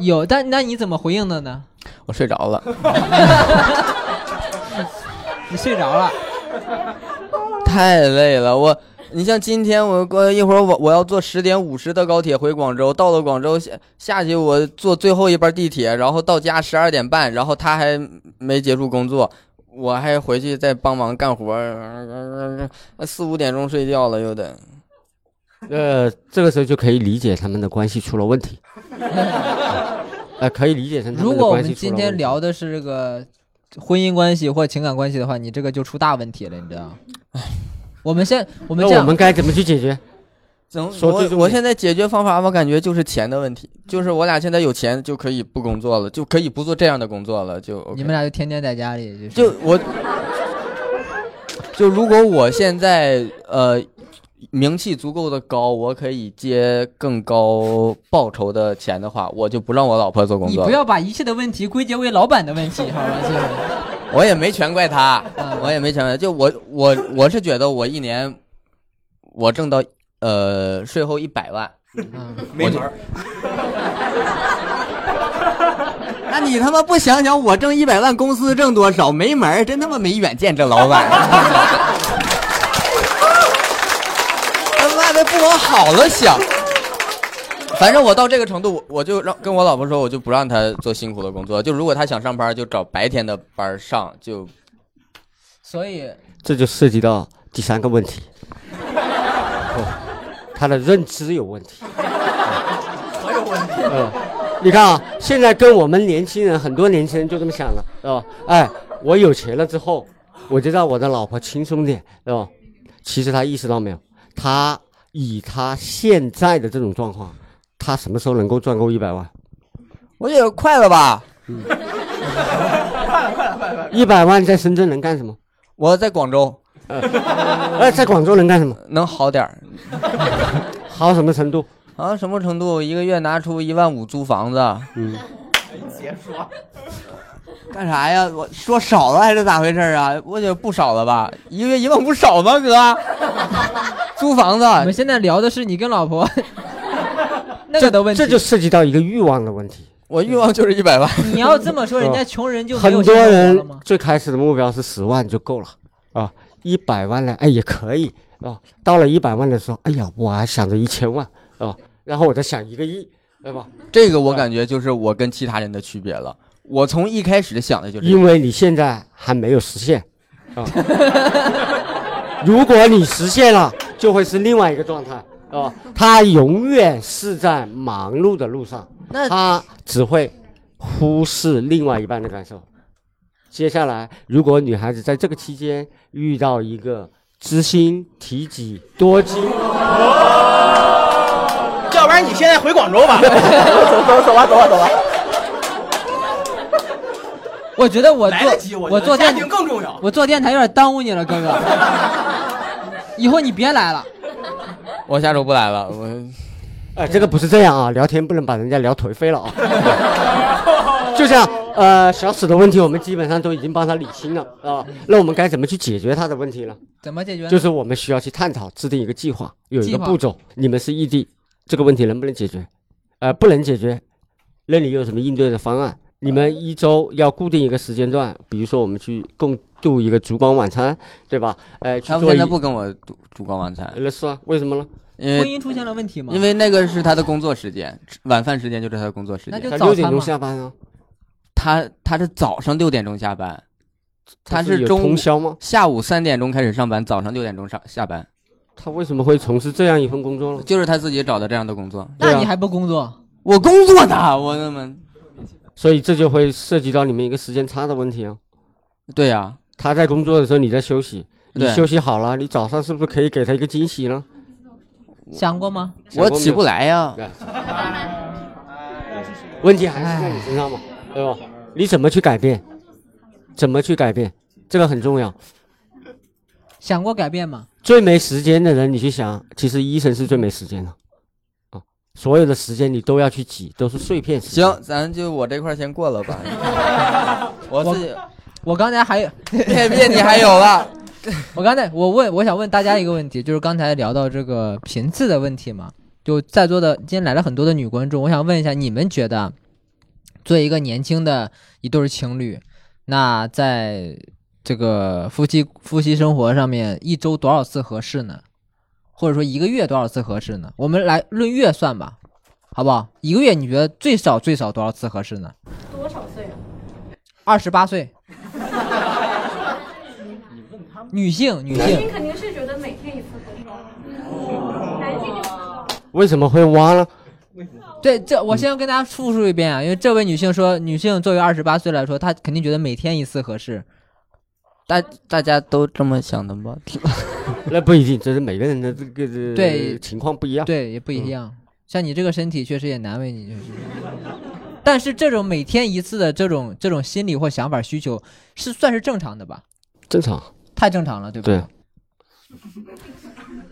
有，但那你怎么回应的 呢？
我睡着了。
你睡着了，
太累了，我，你像今天我过一会儿我我要坐十点五十的高铁回广州，到了广州下下去我坐最后一班地铁，然后到家十二点半，然后他还没结束工作，我还回去再帮忙干活，呃四五点钟睡觉了又得。
呃，这个时候就可以理解他们的关系出了 问题，呃，可以理解成他
如
们的
果我
关系
们
出了
今
问题。
天聊的是这个婚姻关系或情感关系的话，你这个就出大问题了，你知道 吗？我们现我们这
那我
样，
们该怎么去解决？
怎么
说最
我
重
我
点
现在解决方法，我感觉就是钱的问题，
嗯
就是我俩现在有钱就可以不工作了，就可以不做这样的工作了，就 OK、
你们俩就天天在家里，就是
就我，就如果我现在呃名气足够的高，我可以接更高报酬的钱的话，我就不让我老婆做工
你
作。
不，要把一切的问题归结为老板的问题，好 吧？就是
我也没全怪他
嗯，
我也没全怪他。就我我我是觉得我一年我挣到呃税后一百万，
嗯，
没门儿，
那你他妈不想想我挣一百万，公司挣多少？没门儿，真他妈没远见，这老板。 他妈的不往好了想。反正我到这个程度，我我就让跟我老婆说，我就不让她做辛苦的工作。就如果她想上班，就找白天的班儿上。就
所以
这就涉及到第三个问题，哦他的认知有问题。我有问题。嗯，你看啊，现在跟我们年轻人，很多年轻人就这么想了，是吧？哎，我有钱了之后，我就让我的老婆轻松点，是吧？其实他意识到没有，他以他现在的这种状况，他什么时候能够赚够一百万？
我觉得快了吧？
一百万在深圳能干什么？
我在广州
呃，在广州能干什么？
能好点儿
好什么程度？
啊？什么程度？一个月拿出一万五租房子，
嗯，
干啥呀？我说少了还是咋回事儿啊？我觉得不少了吧？一个月一万五少吗，哥？租房
啊
我
子，
们现在聊的是你跟老 婆那
这
个的问题。
这就涉及到一个欲望的问题。
我欲望就是一百万。
你要这 么说，人家穷人就没
很
有
多
幸福了
人
吗？
最开始的目标是十万就够了啊，一百万呢，哎也可以啊。到了一百万的时候，哎呀，我还想着一千万啊，然后我再想一个亿，对吧？
这个我感觉就是我跟其他人的区别了。我从一开始想的就是
因为你现在还没有实现啊。 如果你实现了，就会是另外一个状态啊。他永远是在忙碌的路上，
那
他只会忽视另外一半的感受。接下来，如果女孩子在这个期间遇到一个知心体己、多金，
要不然你现在回广州 吧。
我觉得我
来得及，
做
我觉
做
得家
电
庭更重要。
我做电台有点耽误你了，哥哥。以后你别来了，
我下周不来了，我
哎，这个不是这样啊，聊天不能把人家聊颓废了啊。 就像呃小史的问题，我们基本上都已经帮他理清了啊、那我们该怎么去解决他的问题呢？
怎么解决呢？
就是我们需要去探讨，制定一个计划，有一
计
个
划
步骤。你们是异地，这个问题能不能解决？呃，不能解决，那你有什么应对的方案？你们一周要固定一个时间段，比如说我们去共度一个烛光晚餐，对吧？呃，去
他
做
现
一
在不跟我烛烛光晚餐，
呃是啊，为什么呢？
因
婚
为
姻出现了问题吗？
因为那个是他的工作时间，吃晚饭时间就是他的工作时
那
间。
就
他
早
六点
餐
钟
嘛。
下班啊，
他他是早上六点钟下班，他
是
是
有
中午
通宵吗？
下午三点钟开始上班，早上六点钟上下班，
他为什么会从事这样一份工作呢？
就是他自己找的这样的工作。
那
对啊
你还不工作？
我工作呢，我那么
所以这就会涉及到你们一个时间差的问题啊。
对呀、
他在工作的时候你在休息，你
对
休息好了，你早上是不是可以给他一个惊喜呢？
想过吗？
我起不
来。
来呀、
问题还是在你身上嘛，对吧？你怎么去改变？怎么去改变？这个很重要。
想过改变吗？
最没时间的人，你去想，其实医生是最没时间的啊，所有的时间你都要去挤，都是碎片时间。
行，嗯咱就我这块儿先过了 吧。我自己
我刚才还有，
别别，你还有了，
我刚才我问，我想问大家一个问题，就是刚才聊到这个频次的问题嘛，就在座的今天来了很多的女观众，我想问一下，你们觉得作为一个年轻的一对儿情侣，那在这个夫妻夫妻生活上面，一周多少次合适呢？或者说一个月多少次合适呢？我们来论月算吧，好不好？一个月你觉得最少最少多少次合适呢？
多少岁啊了？
二十 八岁。女性，女
男
性
性，肯定是觉得每天一次合适，男性就不知道了。
为什么会挖呢？
对，这我先跟大家复述一遍啊，因为这位女性说，女性作为二十八岁来说，她肯定觉得每天一次合适。
大大家都这么想的吗？
那不一定，这是每个人的这个这
对
情况不一样。
对，也不一样。像你这个身体，确实也难为你，就是。但是这种每天一次的这种这种心理或想法需求，是算是正常的吧？
正常。
太正常了，对不
对，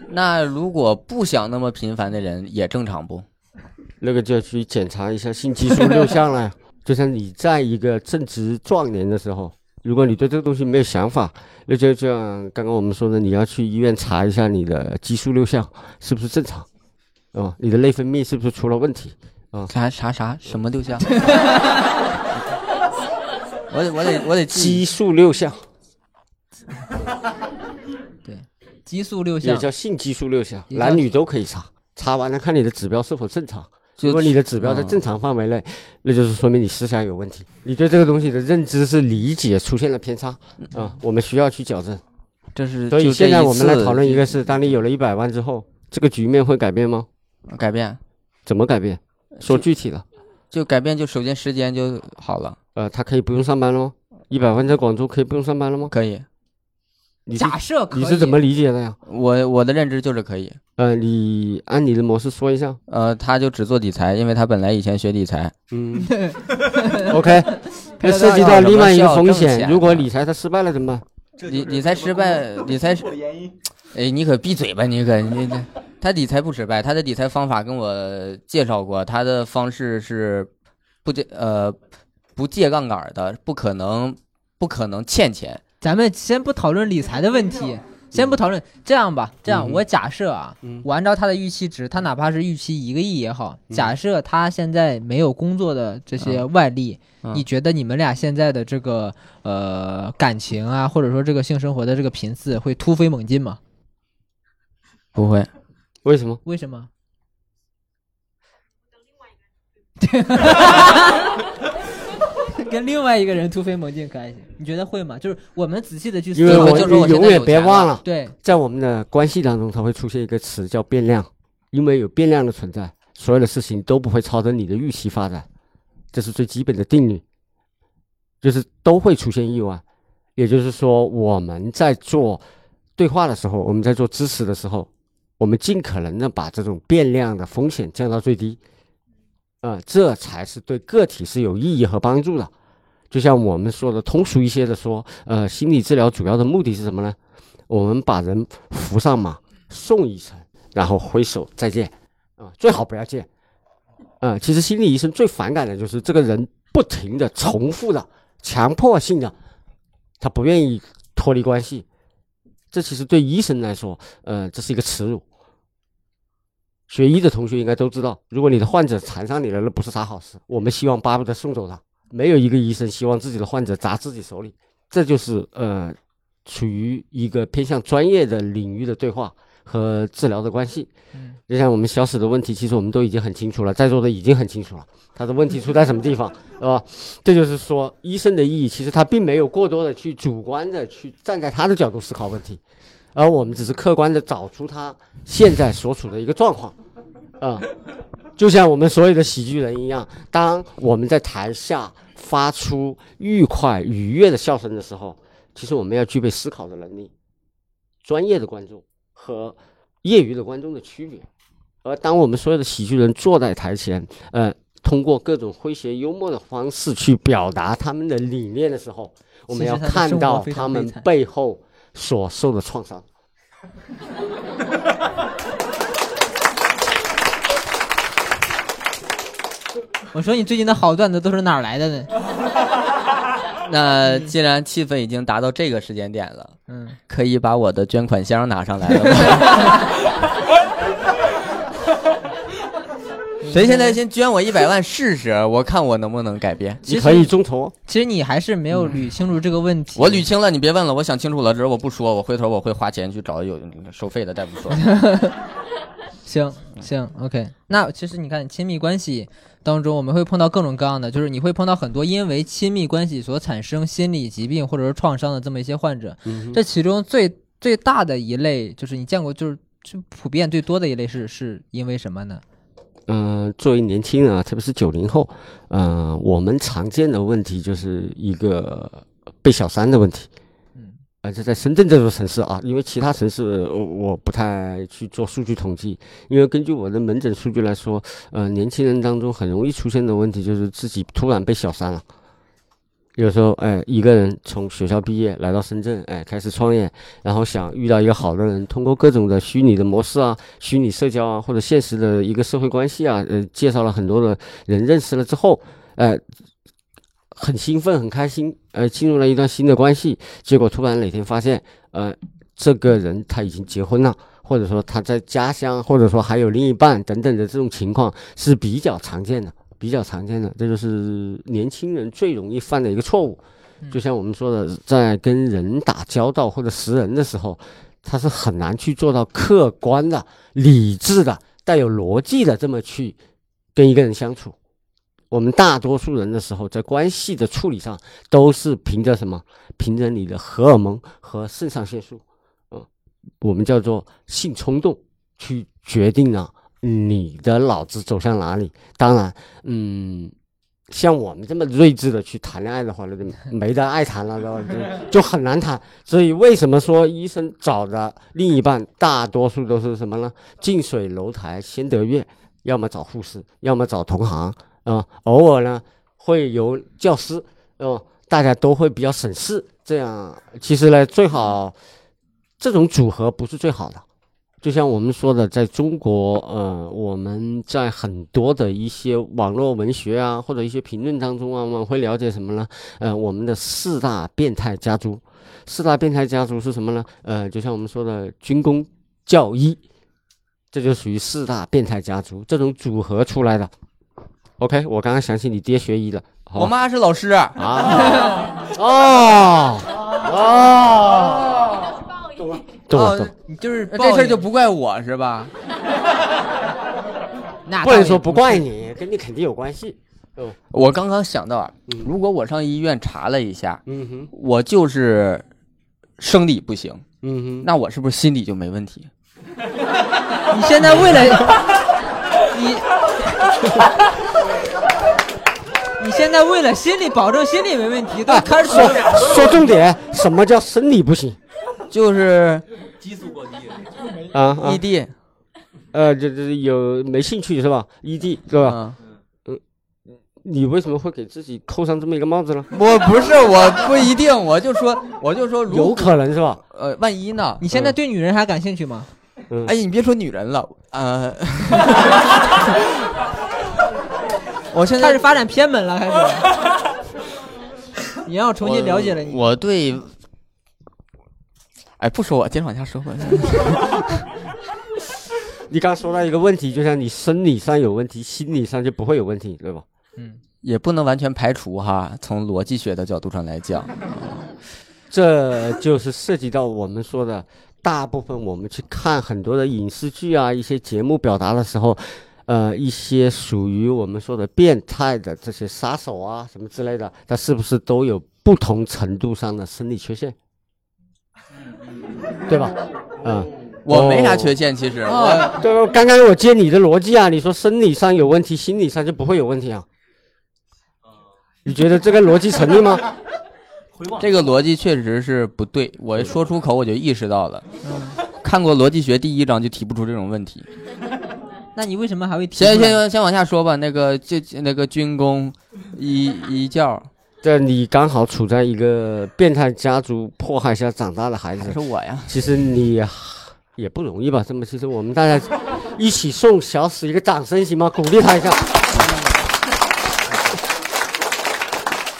那如果不想那么频繁的人也正常不？
那个就要去检查一下性激素六项了。就像你在一个正值壮年的时候，如果你对这个东西没有想法，那就就像刚刚我们说的，你要去医院查一下你的激素六项是不是正常，啊、你的内分泌是不是出了问题？
啥啥啥什么六项？ 我得我得我得记
激素六项
激素六
也
项，
叫性激素六项，
也叫
男女都可以查，查完了看你的指标是否正常。
就
如果你的指标在
嗯
正常范围内，那就是说明你思想有问题，你对这个东西的认知是理解出现了偏差啊、我们需要去矫正。
这是
所以
呃就
现
这
在
一
我们来
次
讨论一个是，当你有了一百万之后，这个局面会改变吗？
改变，
怎么改变？说具体的，
就改变就首先时间就好了，
呃，他可以不用上班了吗？一百万在广州可以不用上班了吗？
可以。
你是
假设可以
你是怎么理解的呀？
我我的认知就是可以，
呃，你按你的模式说一下。
呃，他就只做理财，因为他本来以前学理财。
嗯，OK。那涉及到另外一个风险，
啊
如果理财它失败了怎么办？
理理财失败，理财 失，哎，你可闭嘴吧，你可你这，他理财不失败，他的理财方法跟我介绍过，他的方式是不借呃不借杠杆的，不可能不可能欠钱。
咱们先不讨论理财的问题，先不讨论。这样吧，这
嗯
样我假设啊，我按照他的预期值，他哪怕是预期一个亿也好，
嗯
假设他现在没有工作的这些外力，
嗯
你觉得你们俩现在的这个呃感情啊，或者说这个性生活的这个频次会突飞猛进吗？
不会，
为什么？
为什 么？跟另外一个人突飞猛进可还行？你觉得会吗？就是我们仔细的去思
因为
考
我
我
就说我现
永
在
远
有
别
钱
忘
了
了，
对，
在我们的关系当中，它会出现一个词叫变量，因为有变量的存在，所有的事情都不会朝着你的预期发展，这是最基本的定律，就是都会出现意外。也就是说，我们在做对话的时候，我们在做支持的时候，我们尽可能的把这种变量的风险降到最低，呃，这才是对个体是有意义和帮助的。就像我们说的通俗一些的说，呃，心理治疗主要的目的是什么呢？我们把人扶上马，送一程，然后挥手再见，啊、最好不要见。啊、其实心理医生最反感的就是这个人不停的、重复的、强迫性的，他不愿意脱离关系。这其实对医生来说，呃，这是一个耻辱。学医的同学应该都知道，如果你的患者缠上你了，那不是啥好事。我们希望巴不得送走他，没有一个医生希望自己的患者砸自己手里。这就是呃处于一个偏向专业的领域的对话和治疗的关系。
嗯
就像我们小史的问题，其实我们都已经很清楚了，在座的已经很清楚了，他的问题出在什么地方， 对吧？这就是说，医生的意义，其实他并没有过多的去主观的去站在他的角度思考问题，而我们只是客观的找出他现在所处的一个状况，啊、就像我们所有的喜剧人一样，当我们在台下发出愉快愉悦的笑声的时候，其实我们要具备思考的能力，专业的观众和业余的观众的区别。而当我们所有的喜剧人坐在台前，呃，通过各种诙谐幽默的方式去表达他们的理念的时候，我们
其实
要
他的
看
生活
到
非常
他们
悲惨
背后所受的创伤。
我说你最近的好段子都是哪儿来的呢？
那既然气氛已经达到这个时间点了，
嗯，
可以把我的捐款箱拿上来了 吗？谁现
嗯
在先捐我一百万试试？我看我能不能改变。
其
你
实
可以众筹，哦
其实你还是没有捋清楚这个问题。
我捋清了，你别问了，我想清楚了之后我不说，我回头我会花钱去找有收费的大 夫说。
行行，OK。那其实你看，亲密关系当中，我们会碰到各种各样的，就是你会碰到很多因为亲密关系所产生心理疾病或者是创伤的这么一些患者。
嗯
这其中最最大的一类，就是你见过就是就普遍最多的一类是是因为什么呢？
嗯、作为年轻人啊，特别是九零后，嗯、我们常见的问题就是一个被小三的问题。
嗯
而且在深圳这座城市啊，因为其他城市呃我不太去做数据统计，因为根据我的门诊数据来说，呃，年轻人当中很容易出现的问题就是自己突然被小三了。有时候，哎，一个人从学校毕业来到深圳，哎，开始创业，然后想遇到一个好的人，通过各种的虚拟的模式啊、虚拟社交啊，或者现实的一个社会关系啊，呃，介绍了很多的人认识了之后，呃，很兴奋、很开心，呃，进入了一段新的关系，结果突然哪天发现，呃，这个人他已经结婚了，或者说他在家乡，或者说还有另一半等等的这种情况是比较常见的，比较常见的，这就是年轻人最容易犯的一个错误。就像我们说的，在跟人打交道或者识人的时候，他是很难去做到客观的、理智的、带有逻辑的这么去跟一个人相处。我们大多数人的时候，在关系的处理上，都是凭着什么？凭着你的荷尔蒙和肾上腺素，嗯，我们叫做性冲动，去啊决定了你的脑子走向哪里。当然，嗯，像我们这么睿智的去谈恋爱的话，那就没得爱谈了，然后就就很难谈。所以为什么说医生找的另一半大多数都是什么呢？近水楼台先得月，要么找护士，要么找同行啊、偶尔呢会有教师，哦、大家都会比较省事。这样其实呢，最好这种组合不是最好的。就像我们说的，在中国，呃，我们在很多的一些网络文学啊，或者一些评论当中啊，我们会了解什么呢？呃，我们的四大变态家族，四大变态家族是什么呢？呃，就像我们说的军工、教医，这就属于四大变态家族这种组合出来的。OK，我刚刚想起你爹学医的，好吧
我妈是老师，
啊，哦哦，懂了懂
哦
了，，
你就是
这事儿就
报
不怪我是吧？
应那
不能说
倒
不怪你，跟你肯定有关系。
我刚刚想到啊
嗯，
如果我上医院查了一下，
嗯哼，
我就是生理不行，
嗯哼。
那我是不是心理就没问题？
也不是。你现在为了你，你现在为了心理保证心理没问题，都开始
说说重点，什么叫生理不行
就是 E
啊？
异地，
呃，这这有没兴趣是吧？ED 是吧？
嗯，
你为什么会给自己扣上这么一个帽子呢？
我不是，我不一定，我就说， 我就说，如
有可能是吧？
呃，万一呢？
你现在对女人还感兴趣吗？
嗯
哎，你别说女人了， 呃，我现
开
在
始发展偏门了，开始。你让我重新了解了你。
我对， 哎，不说我，接着往下说吧。
你刚说到一个问题，就像你生理上有问题，心理上就不会有问题，对吧？
也不能完全排除哈，从逻辑学的角度上来讲，
这就是涉及到我们说的，大部分我们去看很多的影视剧啊，一些节目表达的时候，呃，一些属于我们说的变态的这些杀手啊什么之类的，他是不是都有不同程度上的生理缺陷？ 对吧？嗯，
我没啥缺陷，其实
哦
我
对吧，刚刚我接你的逻辑啊，你说生理上有问题，心理上就不会有问题啊？你觉得这个逻辑成立吗？
这个逻辑确实是不对，我说出口我就意识到了。
嗯
看过《逻辑学》第一章就提不出这种问题。
那你为什么还会提出来？
先
嗯
先先往下说吧，那个就那个军工一一教
这你刚好处在一个变态家族迫害下长大的孩
还
子
是，我呀？
其实你也不容易吧？这么，其实我们大家一起送小史一个掌声行吗？鼓励他一下。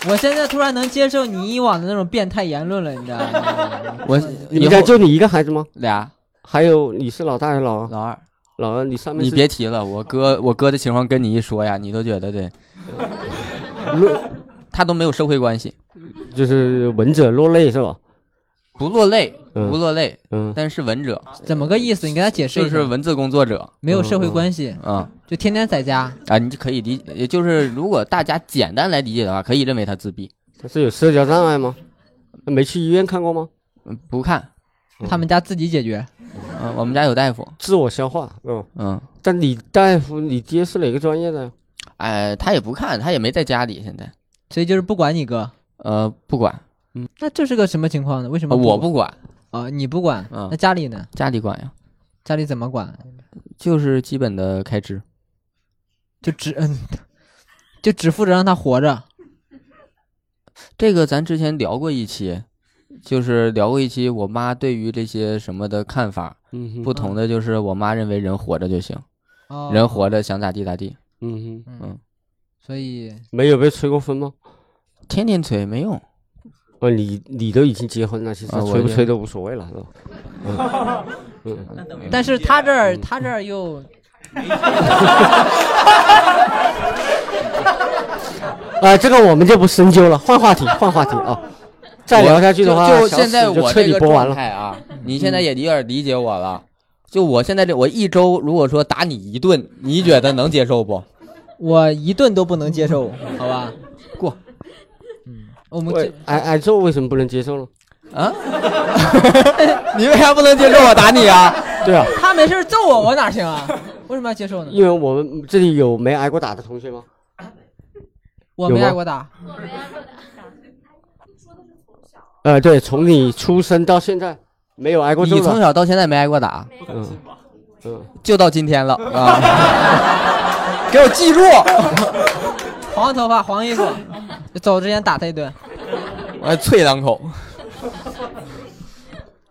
我现在突然能接受你以往的那种变态言论了，你知道吗？
我
你
以
们家
后
就你一个孩子吗？
俩
还有你是老大还是老二？
老二，
老二，你上面
你
是
别提了，我哥我哥的情况跟你一说呀，你都觉得 对，
落，
他都没有社会关系，
就是闻者落泪是吧？
不落泪
嗯
不落泪，
嗯，
但是文者
怎么个意思？你给他解释
就
一下。
是文字工作者，
没有社会关系，
嗯
就天天在家。
啊，你就可以理，也就是如果大家简单来理解的话，可以认为他自闭，
他是有社交障碍吗？没去医院看过吗？
嗯不看，
他们家自己解决。
嗯，我们家有大夫，
自我消化，嗯。
嗯，
但你大夫，你爹是哪个专业的呀？
哎，他也不看，他也没在家里，现在，
所以就是不管你哥，
呃，不管，
那这是个什么情况呢？为什么
呃我
不
不管，
啊、你不管、
嗯
那家里呢？
家里管呀，
家里怎么管？
就是基本的开支，
就只 嗯，就只负责让他活着。
这个咱之前聊过一期。就是聊过一期我妈对于这些什么的看法，
嗯哼
不同的就是我妈认为人活着就行，
哦
人活着想咋地咋地，
嗯哼，
嗯
嗯，
所以
没有被催过婚吗？
天天催没用。
哦，你你都已经结婚了，其实
啊我
催不
就
催都无所谓了，是吧？嗯，嗯
但是他
嗯
这儿他这儿又
啊，这个我们就不深究了，换话题，换话题啊。再聊下去的话，
我就就
小史
现在
就
我
彻
这
底
个
播完
状
了。嗯
态 啊，你现在也有点理解我了。就我现在这，我一周如果说打你一顿，你觉得能接受不？
我一顿都不能接受，好吧？过。嗯，我们
喂
这
挨挨揍为什么不能接受呢？
啊？ 你为啥不能接受我打你啊？
对啊，
他没事儿揍我，我哪行啊？为什么要接受呢？
因为我们这里有没挨过打的同学吗？
我
有
没
吗
挨过打，
呃，对，从你出生到现在没有挨过揍
你从
了，
小到现在没挨过打，
嗯嗯，
就到今 天了啊！给我记住，
黄头发黄衣服，走之前打他一顿。
我还啐两口。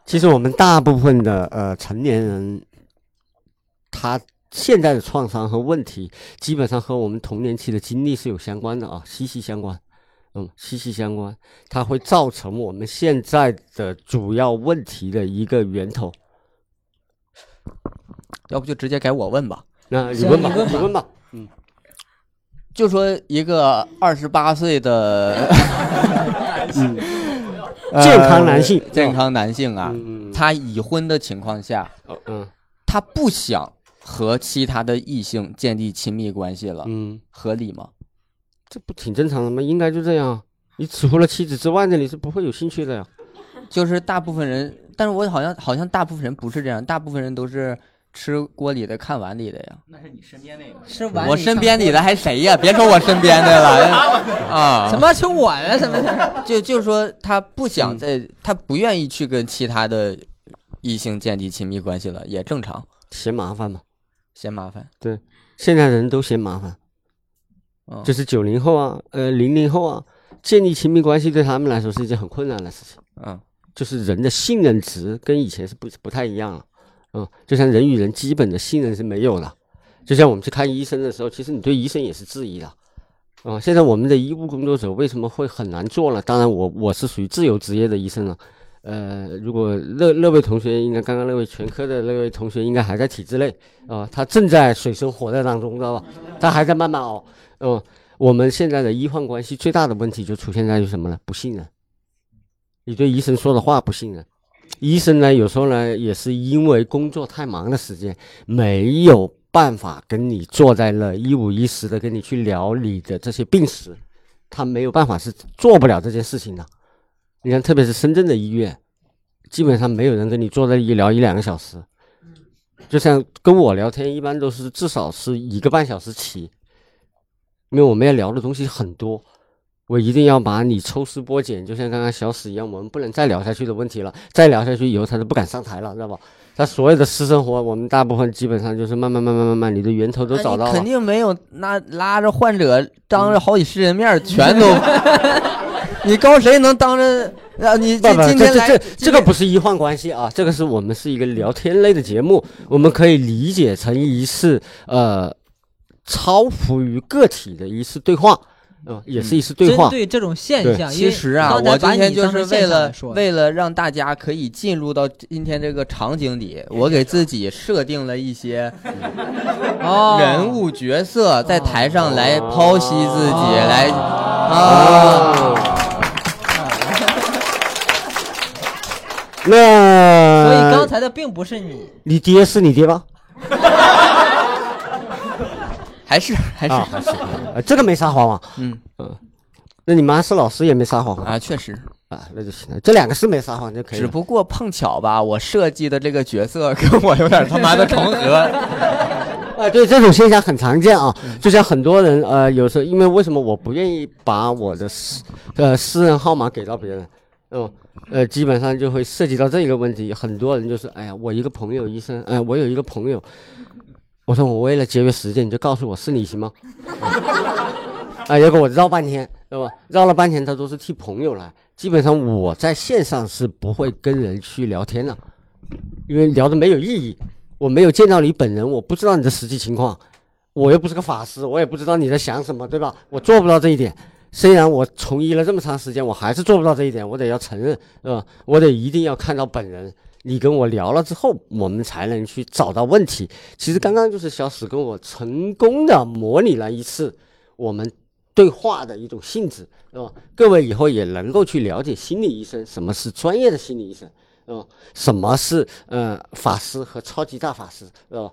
其实我们大部分的呃成年人，他现在的创伤和问题，基本上和我们童年期的经历是有相关的啊，息息相关。嗯，息息相关，它会造成我们现在的主要问题的一个源头。
要不就直接改我问吧。
那你
行
问吧
你问，
你
吧
问吧。
就说一个二十八岁 的嗯呃
健康男性
健康男性啊，
嗯
他已婚的情况下，
哦嗯
他不想和其他的异性建立亲密关系了，
嗯，
合理吗？
这不挺正常的吗？应该就这样。你除了妻子之外的，你是不会有兴趣的呀。
就是大部分人，但是我好像好像大部分人不是这样，大部分人都是吃锅里的看碗里的呀。
那是你身边那个。
是碗
我
里
身
上
边里的还谁呀？别说我身边的 了啊！
什么就我呀？什么的？
就就是说他不想再，他不愿意去跟其他的异性建立亲密关系了，也正常，
嫌麻烦嘛，
嫌麻烦。
现在人都嫌麻烦。
嗯，
就是九零后啊，呃，零零后啊，建立亲密关系对他们来说是一件很困难的事情。
嗯，
就是人的信任值跟以前是不不太一样了，嗯，就像人与人基本的信任是没有的。就像我们去看医生的时候，其实你对医生也是质疑的。啊、现在我们的医务工作者为什么会很难做了？当然我，我是属于自由职业的医生了。呃，如果那那位同学，应该刚刚那位全科的那位同学，应该还在体制内啊、他正在水深火热当中，知道吧？他还在慢慢熬。嗯、我们现在的医患关系最大的问题就出现在于什么呢？不信任。你对医生说的话不信任。医生呢，有时候呢，也是因为工作太忙的时间，没有办法跟你坐在那一五一十的跟你去聊你的这些病史，他没有办法是做不了这件事情的。你看，特别是深圳的医院，基本上没有人跟你坐在一聊一两个小时，
嗯
就像跟我聊天一般都是至少是一个半小时起，因为我们要聊的东西很多，我一定要把你抽丝剥茧，就像刚刚小史一样，我们不能再聊下去的问题了。再聊下去以后，他都不敢上台了，知道吧？他所有的私生活，我们大部分基本上就是慢慢慢慢慢慢，你的源头都找到了。
啊呃肯定没有那拉着患者当着好几十人面儿全 都，你告谁能当着？啊，你
不
这
不，
今
这
天
这
来
这这个不是医患关系啊，这个是我们是一个聊天类的节目，我们可以理解成一次呃超乎于个体的一次对话，嗯、也是一次对话
针。对这种现象，因
其
为
实啊，
刚才
我今
把
天
你
就
当
是
成
为
现象
了
来说的
为了让大家可以进入到今天这个场景里，我给自己设定了一些
哦
人物角色，在台上来剖析自己，
哦
来啊，
哦那
呃
所以刚才的并不是你，
你爹是你爹吧？
还是还哎是
啊，还是呃这个没撒谎啊。
嗯
嗯，那你妈是老师也没撒谎啊？
啊，确实。
啊，那就行了，这两个是没撒谎就可以
只
了。
不过碰巧吧，我设计的这个角色跟我有点他妈的重 合。
啊，对，这种现象很常见啊，就像很多人呃，有时候因为为什么我不愿意把我的私呃私人号码给到别人，嗯，呃，基本上就会涉及到这一个问题，很多人就是哎呀，我一个朋友医生，哎、我有一个朋友，我说我为了节约时间，你就告诉我是你行吗？ 啊，结果我绕半天，对吧？绕了半天，他都是替朋友来。基本上我在线上是不会跟人去聊天的，因为聊的没有意义。我没有见到你本人，我不知道你的实际情况，我又不是个法师，我也不知道你在想什么，对吧？我做不到这一点。虽然我从医了这么长时间，我还是做不到这一点，我得要承认，对吧？我得一定要看到本人，你跟我聊了之后，我们才能去找到问题。其实刚刚就是小史跟我成功的模拟了一次我们对话的一种性质，对吧？各位以后也能够去了解心理医生什么是专业的心理医生，对吧？什么是呃法师和超级大法师，对吧？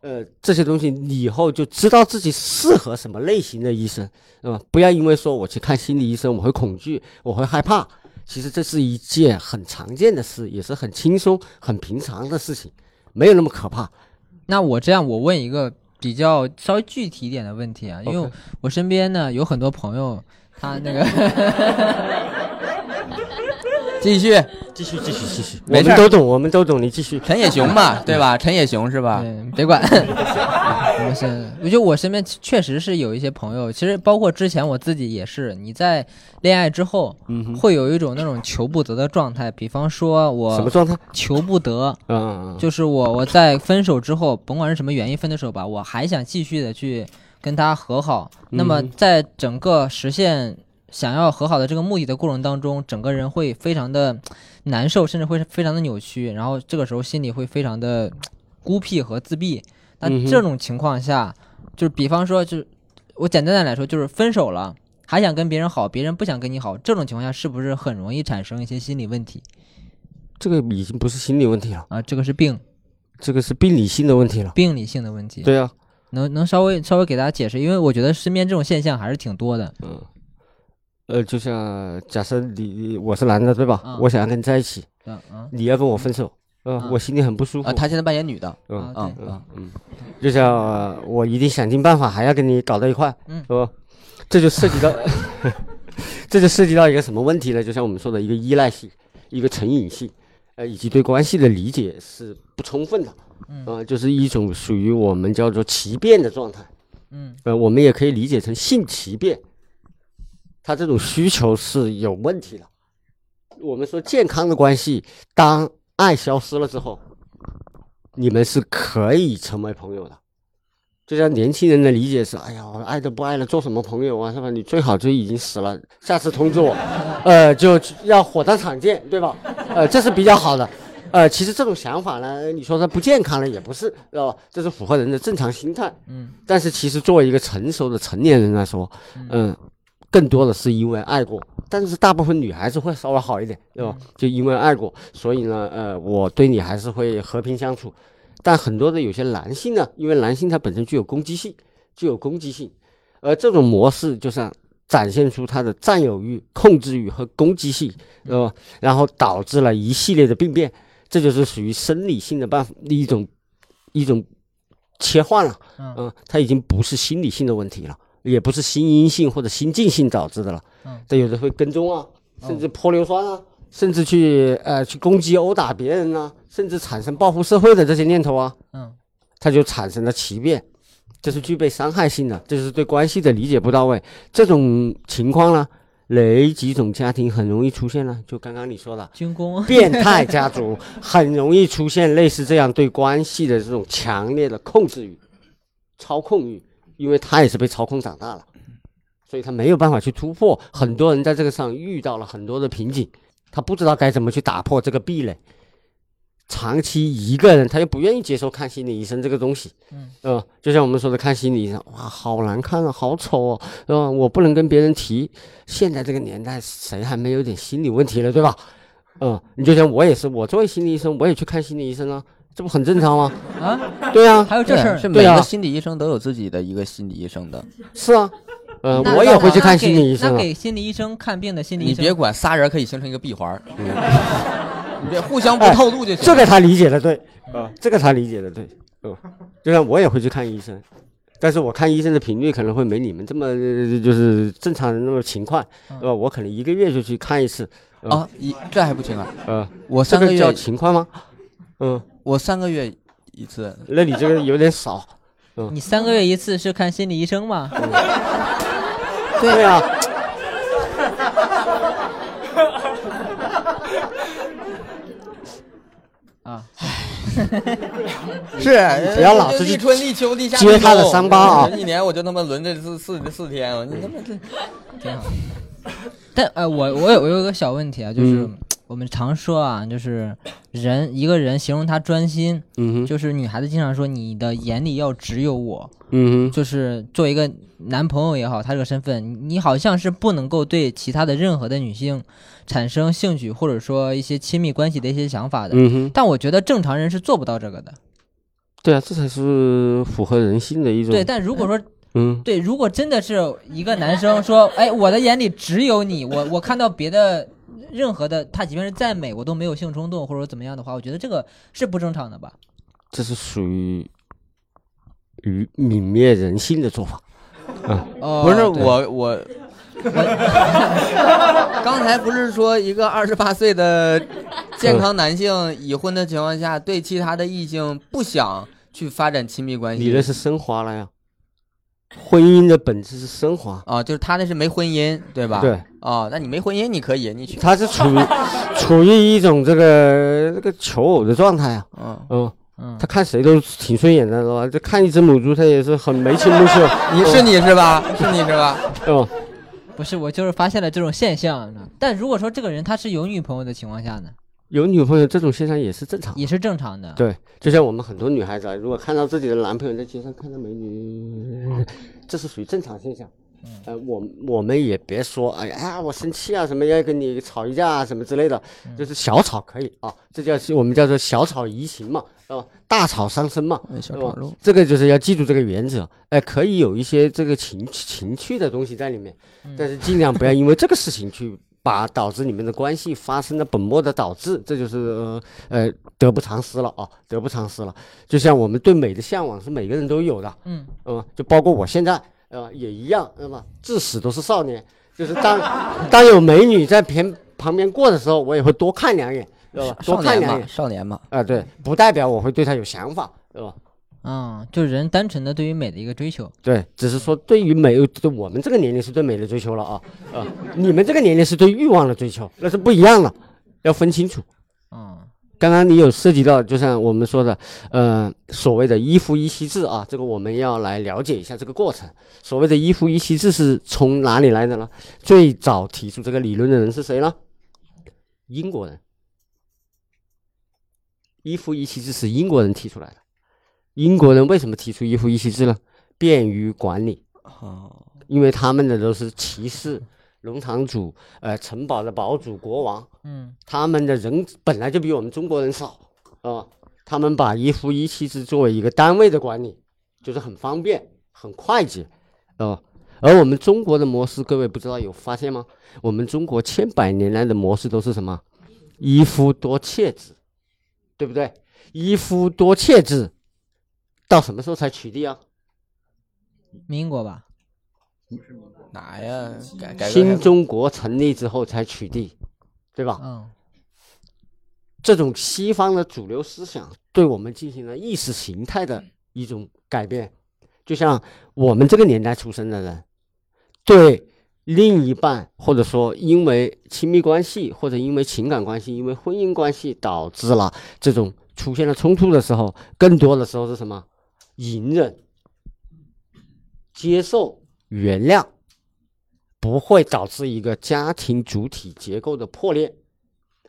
呃，这些东西你以后就知道自己适合什么类型的医生，对吧？不要因为说我去看心理医生，我会恐惧，我会害怕。其实这是一件很常见的事，也是很轻松、很平常的事情，没有那么可怕。
那我这样，我问一个比较稍微具体一点的问题啊，因为
OK
我身边呢有很多朋友，他那 个
继续，
继续，继续，继续。我
没事
们都懂，我们都懂。你继续。
陈也雄嘛，对吧？陈也雄是吧？
对，嗯别管，我们是，我觉得我身边其确实是有一些朋友，其实包括之前我自己也是，你在恋爱之后，
嗯
会有一种那种求不得的状态，比方说
什么
我
状态？
求不得，
嗯，
就是我我在分手之后，甭管是什么原因分的手吧，我还想继续的去跟他和好。那么
嗯
在整个实现想要和好的这个目的的过程当中，整个人会非常的难受，甚至会非常的扭曲，然后这个时候心里会非常的孤僻和自闭。那
嗯哼
这种情况下，就是比方说，就是我简单的来说，就是分手了。还想跟别人好，别人不想跟你好，这种情况下是不是很容易产生一些心理问题
这个已经不是心理问题了，
啊？这个是病
这个是病理性的问题了。
病理性的问题。
对啊，
能能稍微稍微给大家解释，因为我觉得身边这种现象还是挺多的。
嗯，呃，就像假设你我是男的，对吧
嗯？
我想要跟你在一起，
嗯嗯
你要跟我分手，嗯
嗯，
我心里很不舒
啊，
服。
他现在扮演女的，
嗯，
啊
嗯
对
嗯，
就像呃我一定想尽办法还要跟你搞到一块，
嗯
是吧？这就涉及到， 这就涉及到一个什么问题呢？就像我们说的一个依赖性，一个成瘾性，呃，以及对关系的理解是不充分的，
嗯
呃，就是一种属于我们叫做奇变的状态，
嗯
呃，我们也可以理解成性奇变，他这种需求是有问题的。我们说健康的关系，当爱消失了之后，你们是可以成为朋友的。就像年轻人的理解是，哎呀，我爱都不爱了，做什么朋友啊？是吧？你最好就已经死了，下次通知我， 呃，就要火葬场见，对吧？呃，这是比较好的。呃，其实这种想法呢，你说它不健康了也不是，知道吧？这是符合人的正常心态。
嗯
但是其实作为一个成熟的成年人来说，嗯，更多的是因为爱过。但是大部分女孩子会稍微好一点，对吧？就因为爱过，所以呢，呃，我对你还是会和平相处。但很多的有些男性呢，因为男性他本身具有攻击性，具有攻击性，而这种模式就像展现出他的占有欲、控制欲和攻击性，对吧？然后导致了一系列的病变，这就是属于生理性的办法一种一种切换了。
嗯
嗯，它已经不是心理性的问题了，也不是心因性或者心境性导致的了。
嗯，
它有的会跟踪啊，甚至泼硫酸啊，甚至去呃去攻击、殴打别人啊，甚至产生报复社会的这些念头啊，
嗯
它就产生了歧变，这是具备伤害性的，这是对关系的理解不到位。这种情况呢，哪几种家庭很容易出现呢？就刚刚你说的，
军工。
变态家族 很容易出现类似这样对关系的这种强烈的控制欲、操控欲，因为他也是被操控长大了，所以他没有办法去突破。很多人在这个上遇到了很多的瓶颈，他不知道该怎么去打破这个壁垒。长期一个人，他又不愿意接受看心理医生这个东西，
嗯，
呃，就像我们说的，看心理医生，哇，好难看啊，好丑哦，嗯、我不能跟别人提。现在这个年代，谁还没有点心理问题了，对吧？嗯，你就像我也是，我作为心理医生，我也去看心理医生啊，这不很正常吗？
啊，
对啊，
还有这事儿
是
对
每
啊
个心理医生都有自己的一个心理医生的，
是啊，呃，
那
我也会去看心理医
那
生啊
给。那。给心理医生看病的心理医
你
生，
别管，仨人可以形成一个闭环儿， 你别互相不透露就行。
这个他理解的对，啊，这个他理解的对，嗯，就像我也会去看医生，但是我看医生的频率可能会没你们这么呃就是正常人那么勤快，
嗯
对吧？我可能一个月就去看一次，
啊，一这还不行啊！
呃，
我
这
三
个
月
叫勤快吗？嗯，
我三个月一次，
那你这个有点少。
你三个月一次是看心理医生 吗？
对啊，
啊，
是
不要老是去
立春、立秋、立夏、
揭他的
立冬
伤疤啊
一年我就他妈轮这四四四天，我你他妈这
挺好。但呃，我我有我有个小问题啊，就是
嗯
我们常说啊，就是人一个人形容他专心，
嗯哼，
就是女孩子经常说你的眼里要只有我，
嗯哼，
就是作为一个男朋友也好，他这个身份，你好像是不能够对其他的任何的女性产生兴趣，或者说一些亲密关系的一些想法的。
嗯哼。
但我觉得正常人是做不到这个的。
对啊，这才是符合人性的一种。
对，但如果说
嗯，
对，如果真的是一个男生说，哎，我的眼里只有你，我我看到别的任何的，他即便是赞美，我都没有性冲动或者怎么样的话，我觉得这个是不正常的吧？
这是属于于泯灭人性的做法。
哦，
不是
对
我我， 刚才不是说一个二十八岁的健康男性已婚的情况下，对其他的异性不想去发展亲密关
你那
系
是升华了呀，婚姻的本质是升华，
啊，就是他那是没婚姻，对吧？
对，
啊，那你没婚姻你可以，你去，
它是处于 处于一种这个这个求偶的状态啊。
嗯，
嗯，
嗯
他看谁都挺顺眼的，是吧？就看一只母猪，他也是很眉清目秀。
你是你是吧？是你是吧？
哦，
不是我就是发现了这种现象呢。但如果说这个人他是有女朋友的情况下呢，
有女朋友这种现象也是正常的。
也是正常的。
对，就像我们很多女孩子，啊，如果看到自己的男朋友在街上看到美女，这是属于正常现象。呃，我我们也别说，哎呀哎呀，我生气啊，什么要跟你吵一架啊，什么之类的，就是小吵可以啊，这叫我们叫做小吵怡情嘛，啊，大吵伤身嘛，
小
对吧这个就是要记住这个原则，哎、可以有一些这个情情趣的东西在里面，
嗯
但是尽量不要因为这个事情去把导致你们的关系发生了本末的导致，这就是呃呃得不偿失了啊，得不偿失了。就像我们对美的向往是每个人都有的，
嗯
嗯，就包括我现在，呃，也一样，那么至死都是少年，就是当当有美女在旁旁边过的时候，我也会多看两眼，对吧？多
少
看
年
两
嘛，
眼。
少年嘛，
啊、对，不代表我会对她有想法，对吧？
嗯，就是人单纯的对于美的一个追求。
对，只是说对于美，对我们这个年龄是对美的追求了啊，啊，你们这个年龄是对欲望的追求，那是不一样的，要分清楚。
嗯
刚刚你有涉及到，就像我们说的，呃，所谓的一夫一妻制啊，这个我们要来了解一下这个过程。所谓的一夫一妻制是从哪里来的呢？最早提出这个理论的人是谁呢？英国人。一夫一妻制是英国人提出来的。英国人为什么提出一夫一妻制呢？便于管理。
哦，
因为他们的都是骑士、农场主、呃城堡的堡主、国王，
嗯
他们的人本来就比我们中国人少啊、他们把一夫一妻制作为一个单位的管理，就是很方便、很快捷，啊。而我们中国的模式，各位不知道有发现吗？我们中国千百年来的模式都是什么？一夫多妾制，对不对？一夫多妾制，到什么时候才取缔啊？
民国吧。
哪呀？改改革开
新
放
中国成立之后才取缔，对吧？
嗯
这种西方的主流思想对我们进行了意识形态的一种改变，就像我们这个年代出生的人，对另一半或者说因为亲密关系或者因为情感关系、因为婚姻关系导致了这种出现了冲突的时候，更多的时候是什么？隐忍、接受、原谅，不会导致一个家庭主体结构的破裂。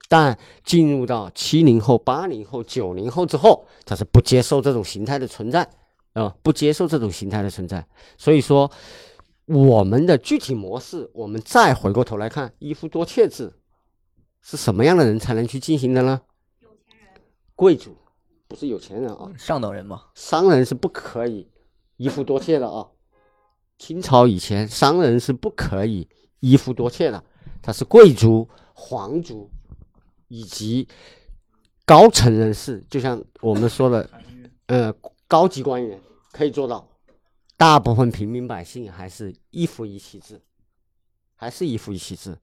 但进入到七零后、八零后、九零后之后，他是不接受这种形态的存在，啊、不接受这种形态的存在。所以说，我们的具体模式，我们再回过头来看，一夫多妾制是什么样的人才能去进行的呢？贵族，不是有钱人啊，
上等人嘛，
商人是不可以一夫多妾的啊。清朝以前，商人是不可以一夫多妾的，他是贵族、皇族以及高层人士，就像我们说的，呃，高级官员可以做到。大部分平民百姓还是一夫一妻制，还是一夫一妻制。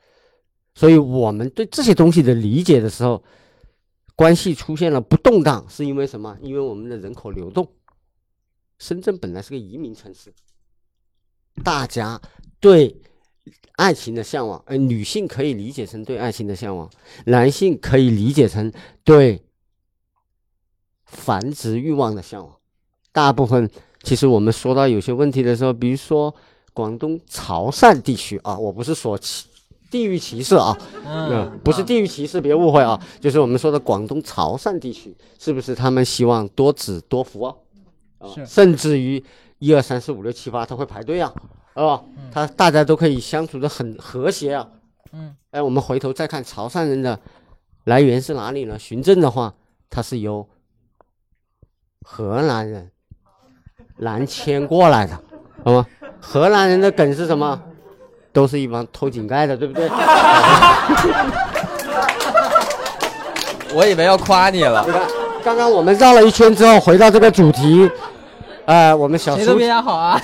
所以我们对这些东西的理解的时候，关系出现了不动荡，是因为什么？因为我们的人口流动。深圳本来是个移民城市，大家对爱情的向往，呃，女性可以理解成对爱情的向往，男性可以理解成对繁殖欲望的向往。大部分其实我们说到有些问题的时候，比如说广东潮汕地区啊，我不是说歧地域歧视啊，嗯
嗯，，
不是地域歧视，别误会啊，就是我们说的广东潮汕地区，是不是他们希望多子多福啊？啊
是
甚至于一二三四五六七八，他会排队啊，啊，他大家都可以相处的很和谐啊。
嗯，
哎，我们回头再看潮汕人的来源是哪里呢？循证的话，它是由荷兰人南迁过来的，好吗？荷兰人的梗是什么？都是一帮偷井盖的，对不对？
我以为要夸你了
你。看，刚刚我们绕了一圈之后，回到这个主题，啊、呃，我们小
谁都
苏
比他好啊！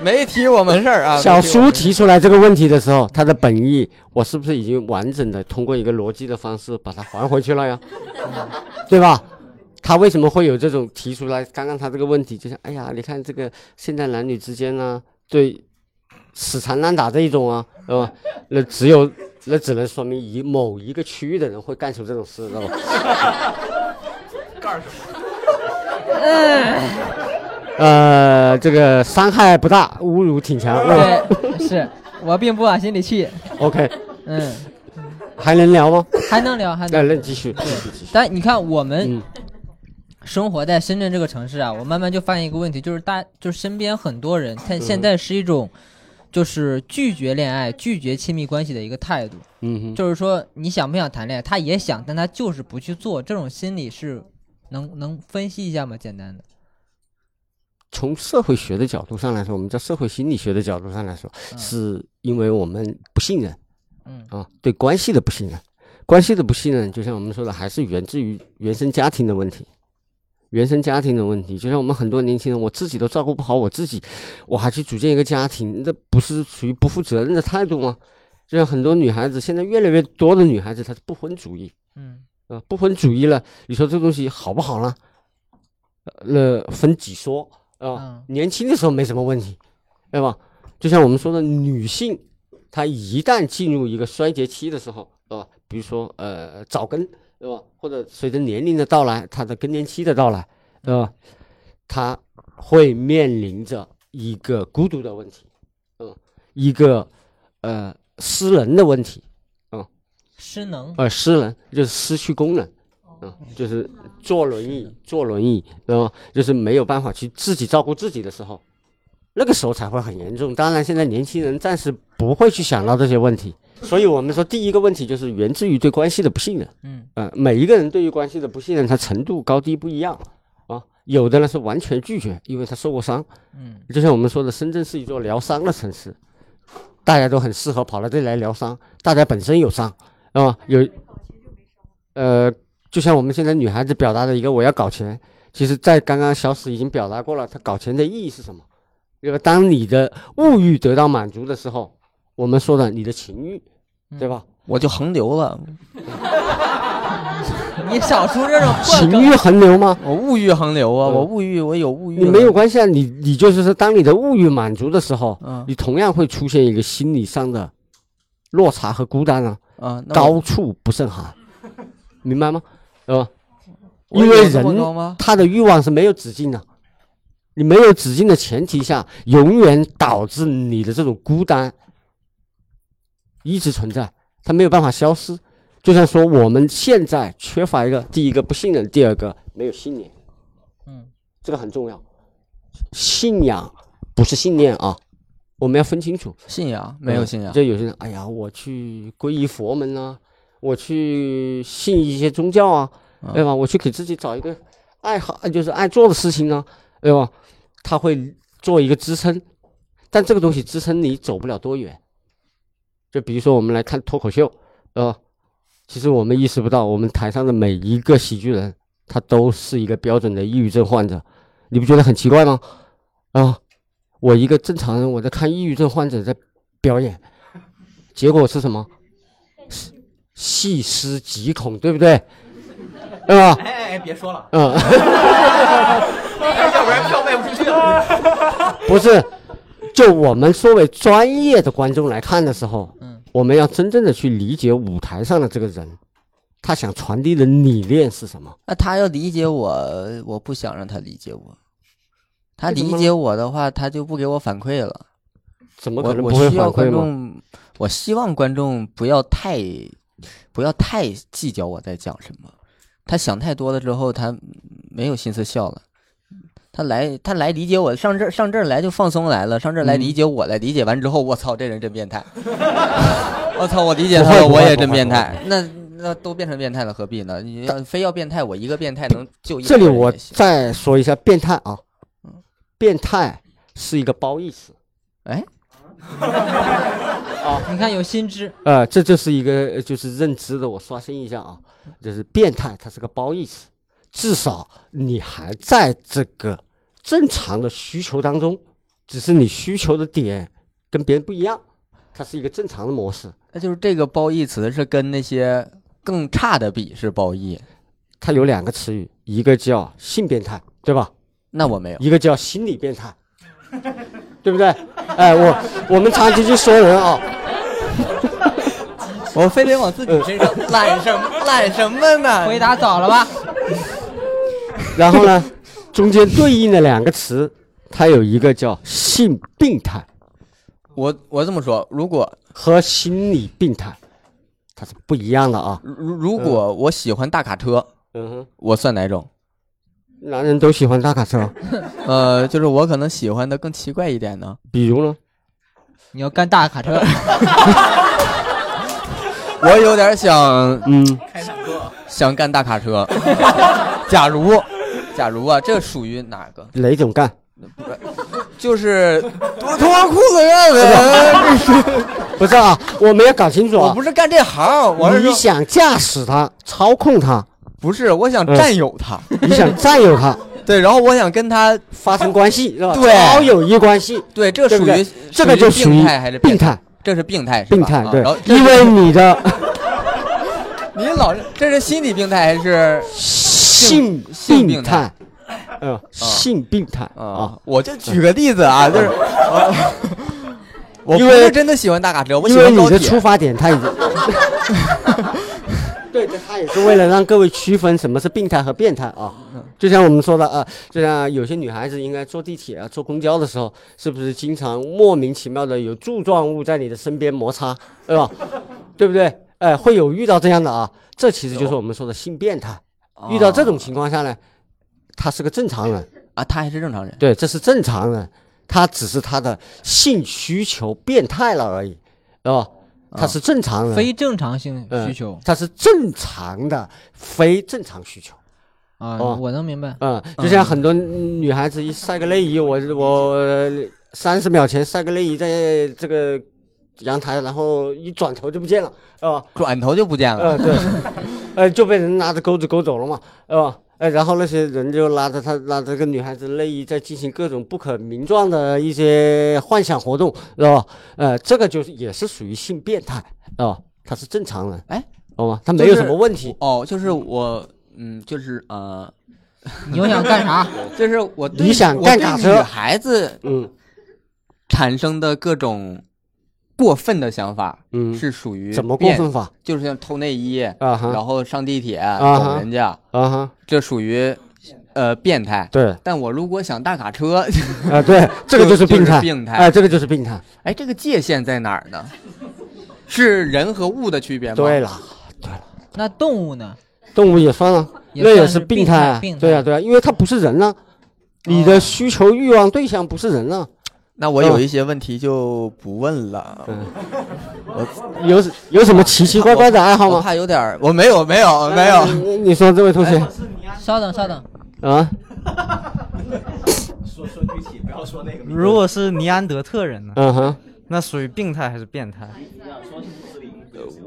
没提我们事儿啊。
小
没提我
苏
们
提出来这个问题的时候，他的本意，我是不是已经完整的通过一个逻辑的方式把它还回去了呀？对吧？他为什么会有这种提出来？刚刚他这个问题，就像哎呀，你看这个现在男女之间呢、对死缠烂打这一种啊，对吧？那只有那只能说明一某一个区域的人会干出这种事，知道吧？ 呃，这个伤害不大，侮辱挺强。嗯
对，是我并不往心里去。
OK，
嗯，
还能聊吗？
还能聊，还能
那
聊。
那继续，继续，继续。
但你看，我们
哎嗯
生活在深圳这个城市啊，我慢慢就发现一个问题，就是大就是身边很多人，他
嗯
现在是一种就是拒绝恋爱、拒绝亲密关系的一个态度。
嗯哼，
就是说你想不想谈恋爱，他也想，但他就是不去做，这种心理是能能分析一下吗？简单的，
从社会学的角度上来说，我们叫社会心理学的角度上来说，是因为我们不信任
嗯
啊，对关系的不信任，关系的不信任，就像我们说的，还是源自于原生家庭的问题。原生家庭的问题，就像我们很多年轻人，我自己都照顾不好我自己，我还去组建一个家庭，那不是属于不负责任的态度吗？就像很多女孩子，现在越来越多的女孩子，她是不婚主义，
嗯
啊，不婚主义了，你说这东西好不好呢？呃，那分几说啊、
嗯
年轻的时候没什么问题，对吧？就像我们说的，女性她一旦进入一个衰竭期的时候，对吧？比如说呃早更，对吧？或者随着年龄的到来，她的更年期的到来，对吧？她会面临着一个孤独的问题，嗯，一个呃失能的问题，
失能，
呃，失能就是失去功能，嗯，就是坐轮椅，坐轮椅，然后就是没有办法去自己照顾自己的时候，那个时候才会很严重。当然，现在年轻人暂时不会去想到这些问题，所以我们说第一个问题就是源自于对关系的不信任。
嗯
呃，每一个人对于关系的不信任，它程度高低不一样啊。有的人是完全拒绝，因为他受过伤，
嗯
就像我们说的，深圳是一座疗伤的城市，大家都很适合跑到这里来疗伤。大家本身有伤，啊、有，呃，就像我们现在女孩子表达的一个“我要搞钱”，其实，在刚刚小史已经表达过了，她搞钱的意义是什么？因为当你的物欲得到满足的时候，我们说的你的情欲，对吧？
我就横流了，
你少出这种破
情
梗，
欲横流吗？
我物欲横流啊，
嗯
我物欲，我有物欲。
你没有？关系啊，你你就是说，当你的物欲满足的时候，
嗯
你同样会出现一个心理上的落差和孤单啊。
啊，那我
高处不 胜寒，明白吗？呃，
我
因为
有这么
人
高吗
他的欲望是没有止境的，你没有止境的前提下，永远导致你的这种孤单一直存在，它没有办法消失。就像说我们现在缺乏一个，第一个不信任，第二个没有信念，
嗯，
这个很重要。信仰不是信念啊，我们要分清楚。
信仰没有
嗯
信仰，
就有些人，哎呀，我去皈依佛门啊，我去信一些宗教啊，
嗯
对吧？我去给自己找一个爱好，呃就是爱做的事情啊，对吧？他会做一个支撑，但这个东西支撑你走不了多远。就比如说我们来看脱口秀，呃，其实我们意识不到，我们台上的每一个喜剧人，他都是一个标准的抑郁症患者，你不觉得很奇怪吗？啊、我一个正常人，我在看抑郁症患者在表演，结果是什么？细思极恐，对不啊对？对吧？
哎哎哎，别说了，
嗯，
要不然票卖不出去 了。
不是，就我们作为专业的观众来看的时候，
嗯，
我们要真正的去理解舞台上的这个人，他想传递的理念是什么？
那他要理解我，我不想让他理解我。他
为什
理
么呢
解我的话，他就不给我反馈了。
怎么
我
可能不会
我需
反
要观
馈吗？
众，我希望观众不要太不要太计较我在讲什么。他想太多了之后，他没有心思笑了。他来，他来理解我，上这儿上这儿来就放松来了，上这儿
嗯
来理解我来理解完之后，我操，这人真 变态！我操，我理解他
不会
了，
不
我
会
也
不
真
会
变
不会
态。那那都变成变态了，何必呢？你要非要变态，我一个变态能救一
这
百
里
个人
我
也行
再说一下变态啊，变态是一个褒义词，
哎，
你看有心知，
呃，这就是一个呃就是认知的，我刷新一下啊，就是变态，它是个褒义词，至少你还在这个正常的需求当中，只是你需求的点跟别人不一样，它是一个正常的模式。
那就是这个褒义词是跟那些更差的比是褒义，
它有两个词语，一个叫性变态，对吧？
那我没有。
一个叫心理变态，对不对？哎，我我们长期去说人啊、
我非得往自己身上揽什么揽什么呢？
回答早了吧？
然后呢，中间对应的两个词，它有一个叫性病态
我我这么说，如果
和心理病态，它是不一样的啊。
如如果我喜欢大卡车，
嗯哼，
我算哪种？
男人都喜欢大卡车，
呃，就是我可能喜欢的更奇怪一点呢。
比如呢，
你要干大卡车，
我有点想
嗯，
想干大卡 车。假如，假如啊，这属于哪个？
哪种干？
就是哎多脱裤子干呗。
不是啊，我没有搞清楚
我
啊
不。是干这行，我是
你
说
想驾驶它，操 控它，
不是，我想
嗯
占有他。
你想占有它，
对，然后我想跟他
发生关系是吧？
对
超友谊关系，
对，这
对
属
不
于
对？这个就属于
病态还是
病？态，
这是病态，是吧
病态
啊
对
然后，这
因为你的
你老是这是心理病态还是
性
性
病
病
态
态，
嗯，性病态啊
啊？。我就举个例子啊， 就是啊我不
因为
是真的喜欢大卡车，我
因
喜
为
欢
你
高
的
铁。
出发 点，他已经。对的，他也是为了让各位区分什么是病态和变态啊。就像我们说的啊，就像有些女孩子应该坐地铁啊、坐公交的时候，是不是经常莫名其妙的有柱状物在你的身边摩擦，对 吧？对不对？哎，会有遇到这样的啊，这其实就是我们说的性变态。遇到这种情况下呢，他是个正常人，
啊，他还是正常人。
对，这是正常人，他只是他的性需求变态了而已，对吧？他是正常人，
啊非正常性
嗯
需求
它是正常的非正常需求。
啊，
哦
我能明白。
嗯，就像很多女孩子一晒个内衣，我我三十秒前晒个内衣在这个阳台，然后一转头就不见了，啊、
转头就不见了。
呃，对，呃，就被人拿着钩子勾走了嘛，呃，呃，然后那些人就拉着她，拉着这个女孩子内衣，在进行各种不可名状的一些幻想活动，是吧？呃，这个就是也是属于性变态，啊，他是正常人，
哎，
懂吗？他没
就
有
是
什么问题，
哦，就是我，嗯，就是呃，
你又想干啥？
就是我对
你想
我
干
对
卡
女
车
孩子
嗯
产生的各种过分的想法
嗯，
是属于
怎么过
变
分法
就是像偷内衣，
啊哈
然后上地铁
啊哈
捅人家，
啊哈？
这属于呃变态。
对啊、
但我如果想大卡车，
对，这个
就
就
就
是病
是
态，
病态
哎、这个就是病态。
哎，这个界限在哪儿呢？是人和物的区别吗？
对了，
那动物呢？
动物也算啊，
也
那也
算
是
是
病
病
态
态
啊
病态
对啊，对啊，因为它不是人啊，你的需求欲望对象不是人啊，
那我有一些问题就不问了，啊
有有什么奇奇怪怪的爱好
我
吗？
怕有点儿，我没有，没有，哦没有
哎。你你说这位同学
稍等，稍等，
啊，
说说具体，不要说那个名字。
如果是尼安德特人呢？
嗯哼，
那属于病态还是变态？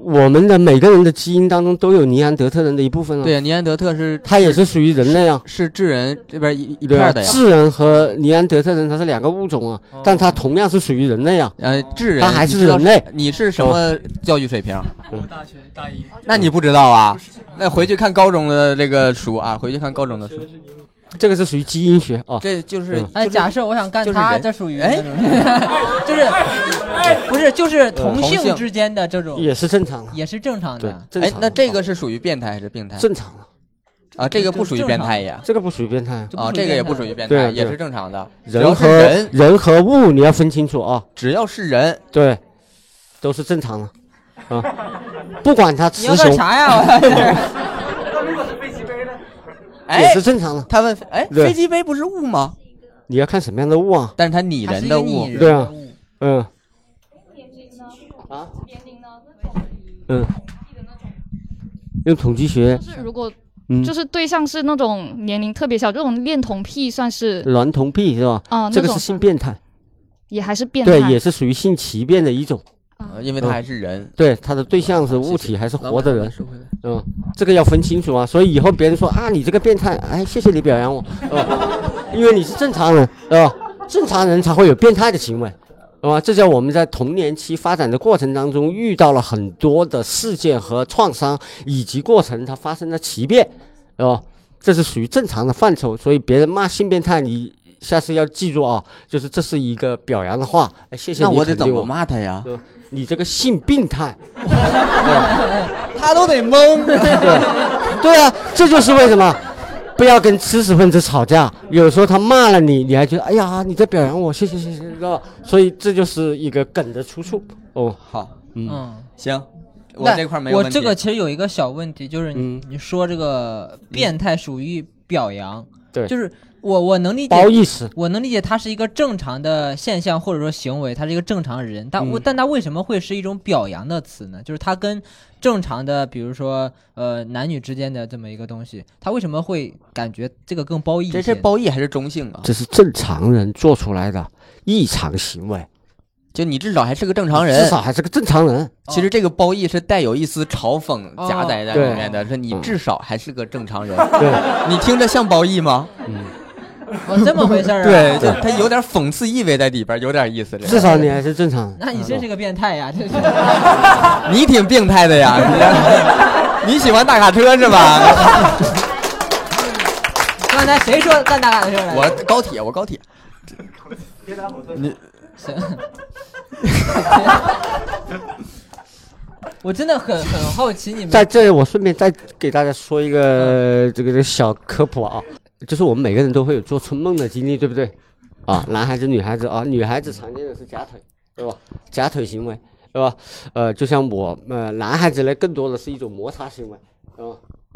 我们的每个人的基因当中都有尼安德特人的一部分啊，
对，尼安德特是
他也是属于人类啊。
是智人这边一一
对
片
啊，
儿的呀，
智人和尼安德特人它是两个物种啊，但它同样是属于人类啊。
呃，智人
他还
你
是
知道
人类哦
你是什么教育水平？
我大学大一，
那你不知道啊？那回去看高中的这个书啊，回去看高中的书，
这个是属于基因学啊。
这就是
嗯
哎，假设我想干
就是
他，
人
这属于
哎
那种就是不是就是同
同
性
性
之间的这种
也是正常的，啊
也是正常
对
的，。
正
哎
常的，
那这个是属于变态还是病态？
正常的，
啊，这个不属于
正
变
常
态呀，
这个不属于变态啊。
就
啊，
属于
这个也
变态
不属于变
对啊
态，也
对啊
是正常的。只
人
要
和
是人，
人和物你要分清楚啊，
只要是人，
对，都是正常的啊，不管他
你
雌
要干
雄
啥呀？我这是
也
哎
是，正常的。
他问，哎，
对
飞机杯不是物吗？
你要看什么样的物啊？
但是它拟
它
人
是一个
的
拟
物，
人
对
的
啊
物
嗯
年龄呢？
啊
年龄呢？
嗯，用统计学，
就是如果
嗯
就，是对象是那种年龄特别小，这种恋童癖算是
娈童癖是吧？
哦、
这
那
个
种
是性变态，
也还是变态。
对，也是属于性奇变的一种。
呃因为它还是人。
对，它的对象是物体还嗯是活的人？
收回来
嗯，这个要分清楚啊。所以以后别人说啊，你这个变态，哎，谢谢你表扬我。因为你是正常人，对吧？正常人才会有变态的行为，对吧？这叫我们在童年期发展的过程当中遇到了很多的事件和创伤，以及过程它发生了奇变，对吧？这是属于正常的范畴，所以别人骂性变态，你下次要记住啊，就是这是一个表扬的话。哎，谢谢
那
你
我得
肯定
怎么
我
骂他呀？
对你这个性病态，
他都得懵。
对啊，这就是为什么不要跟知识分子吵架。有时候他骂了你，你还觉得哎呀，你在表扬我，谢谢谢谢，知道吧？所以这就是一个梗的出处。哦，
好，
嗯，
行，我
那
这块没有
我
问题。
这个其实有一个小问题，就是你、你说这个变态属于表扬，
对
就是我我能理解
褒义词，
我能理解他是一个正常的现象或者说行为，他是一个正常人，但
嗯
我、但他为什么会是一种表扬的词呢？就是他跟正常的，比如说呃男女之间的这么一个东西，他为什么会感觉这个更褒义一些
这
呢？
是褒义还是中性啊？
这是正常人做出来的异常行为，
就你至少还是个正常人，
至少还是个正常人。
其实这个褒义是带有一丝嘲讽夹带在里面的，
哦对嗯
说你至少还是个正常人。
对，
你听着像褒义吗？
哦这么回事儿啊？
对，就它有点讽刺意味在里边，有点意思。这个
至少你还是正常人。
那你真是个变态 呀！这是
你挺病态的 呀，你你喜欢大卡车是吧？
刚才谁说干大干的事儿来着？
我高铁，我高铁。你
行，我真的很很好奇你们嗯
在这，我顺便再给大家说一个这个这个小科普啊，就是我们每个人都会有做春梦的经历，对不对？啊，男孩子、女孩子啊，女孩子常见的是夹腿，对吧？夹腿行为，对吧？呃，就像我，呃，男孩子呢，更多的是一种摩擦行为，对吧？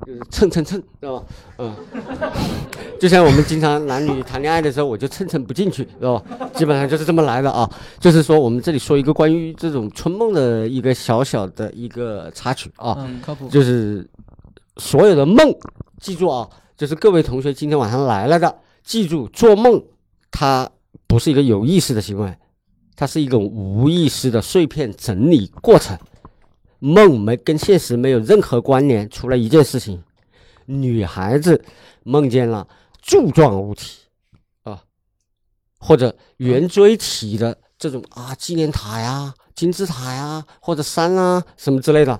就是蹭蹭蹭，对吧？嗯， 就像我们经常男女谈恋爱的时候，我就蹭蹭不进去，是吧？基本上就是这么来的啊。就是说，我们这里说一个关于这种春梦的一个小小的一个插曲啊，
嗯科普
就是所有的梦，记住啊，就是各位同学今天晚上来了的，记住做梦，它不是一个有意识的行为，它是一种无意识的碎片整理过程。梦没跟现实没有任何关联，除了一件事情，女孩子梦见了柱状物体啊，或者圆锥体的这种啊纪念塔呀、金字塔呀，或者山啊什么之类的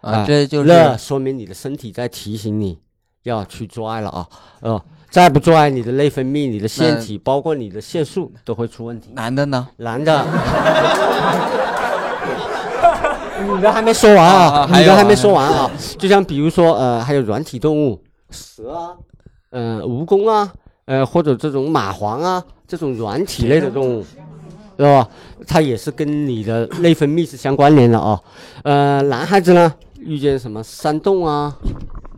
啊，这就是
那说明你的身体在提醒你要去做爱了啊，哦、再不做爱，你的内分泌、你的腺体，包括你的腺素都会出问题。
男的呢？
男的， 你的还没说完啊，
还有
你的
啊
还没说完啊。就像比如说，呃，还有软体动物，蛇啊，呃，蜈蚣啊，呃，或者这种蚂蟥啊，这种软体类的动物，知道吧？它也是跟你的内分泌是相关联的啊。呃，男孩子呢，遇见什么山洞啊、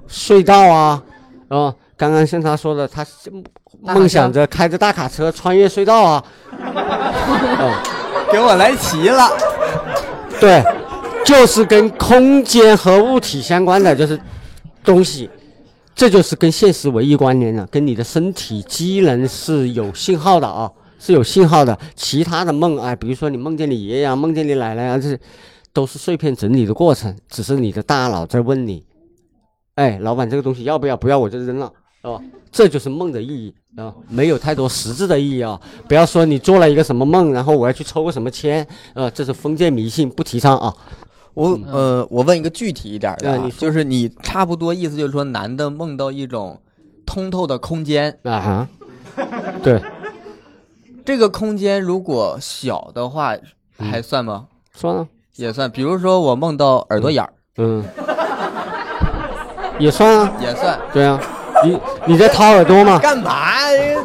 隧道啊，然后刚刚像他说的，他是
大卡车
梦想着开着大卡车穿越隧道啊。哦
给我来齐了。
对，就是跟空间和物体相关的，就是东西，这就是跟现实唯一关联的，跟你的身体机能是有信号的啊，是有信号的。其他的梦啊，比如说你梦见你爷爷啊，梦见你奶奶啊，这些都是碎片整理的过程，只是你的大脑在问你，哎，老板这个东西要不要？不要我就扔了，哦，这就是梦的意义。啊、没有太多实质的意义啊！不要说你做了一个什么梦，然后我要去抽个什么签，呃，这是封建迷信，不提倡啊。
我呃，我问一个具体一点的啊
对你，说
就是你差不多意思就是说，男的梦到一种通透的空间，
啊哈，对，
这个空间如果小的话，还算吗？
算了，
也算。比如说我梦到耳朵眼儿，
嗯，也算啊，
也算。
对啊，你你在掏耳朵嘛？
嗯干嘛？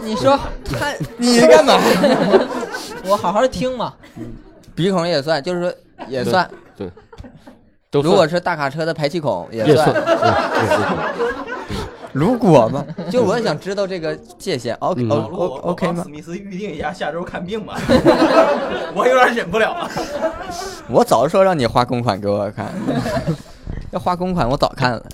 你说
看 你干嘛？
我好好听嘛。
鼻孔也算，就是说也
对
算。
对，都
如
算
果是大卡车的排气孔也
也
算。
算，嗯也算
如果嘛， 就我想知道这个界限。OK
嗯
O
哦我
O
我
OK
帮
吗
史？密斯预定一下下周看病吧， 我有点忍不了了。
我早说让你花公款给我看，要花公款我早看了。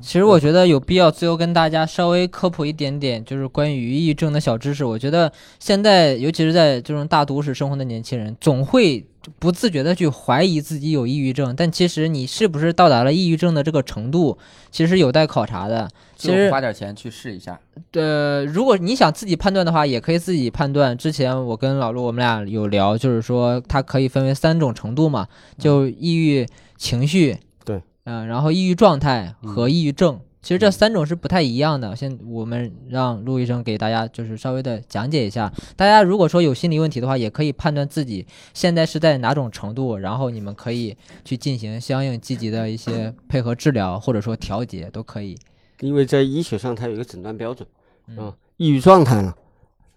其实我觉得有必要最后跟大家稍微科普一点点，就是关于抑郁症的小知识。我觉得现在，尤其是在这种大都市生活的年轻人，总会不自觉的去怀疑自己有抑郁症，但其实你是不是到达了抑郁症的这个程度，其实有待考察的。其实
就花点钱去试一下。
呃，如果你想自己判断的话，也可以自己判断。之前我跟老陆我们俩有聊，就是说它可以分为三种程度嘛，就抑郁情绪，
对，
嗯、然后抑郁状态和抑郁症。其实这三种是不太一样的。先我们让陆医生给大家就是稍微的讲解一下，大家如果说有心理问题的话，也可以判断自己现在是在哪种程度，然后你们可以去进行相应积极的一些配合治疗或者说调节都可以。
因为在医学上它有一个诊断标准，啊，抑郁状态呢，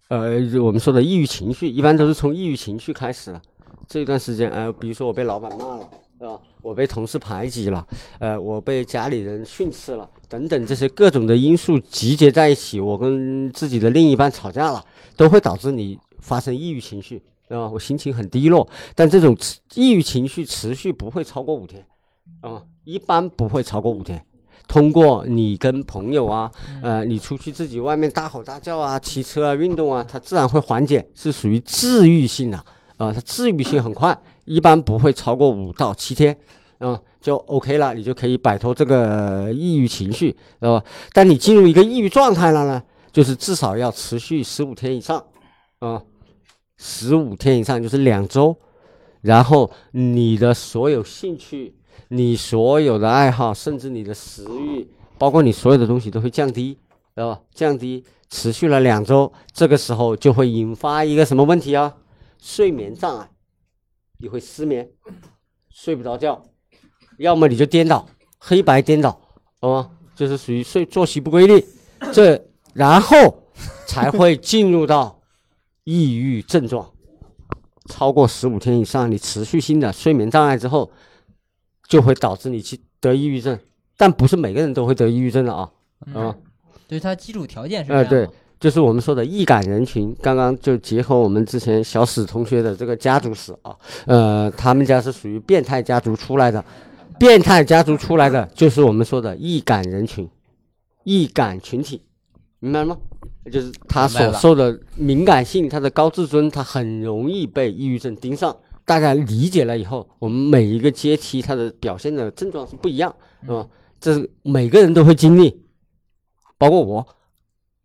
呃，就我们说的抑郁情绪，一般都是从抑郁情绪开始的。这段时间，哎、比如说我被老板骂了，啊、我被同事排挤了，呃，我被家里人训斥了，等等这些各种的因素集结在一起，我跟自己的另一半吵架了，都会导致你发生抑郁情绪，啊、我心情很低落，但这种持抑郁情绪持续不会超过五天，啊、一般不会超过五天。通过你跟朋友啊，呃，你出去自己外面大吼大叫啊、骑车啊、运动啊，它自然会缓解，是属于治愈性的啊、呃它治愈性很快，一般不会超过五到七天，嗯、就 OK 了，你就可以摆脱这个抑郁情绪，知道吧？但你进入一个抑郁状态了呢，就是至少要持续十五天以上，啊、十五天以上就是两周，然后你的所有兴趣、你所有的爱好，甚至你的食欲，包括你所有的东西都会降低，知道吧？降低，持续了两周，这个时候就会引发一个什么问题啊？睡眠障碍，你会失眠，睡不着觉，要么你就颠倒，黑白颠倒，哦、就是属于睡作息不规律，这然后才会进入到抑郁症状。超过十五天以上，你持续性的睡眠障碍之后，就会导致你去得抑郁症，但不是每个人都会得抑郁症的啊，啊、
嗯，就是它基础条件是这
呃，
样。
对，就是我们说的易感人群，刚刚就结合我们之前小史同学的这个家族史啊，呃，他们家是属于变态家族出来的，变态家族出来的就是我们说的易感人群，易感群体，明白了吗？就是他
明白
所
了
受的敏感性，他的高自尊，他很容易被抑郁症盯上。大家理解了以后，我们每一个阶梯它的表现的症状是不一样，是吧？这是每个人都会经历，包括我，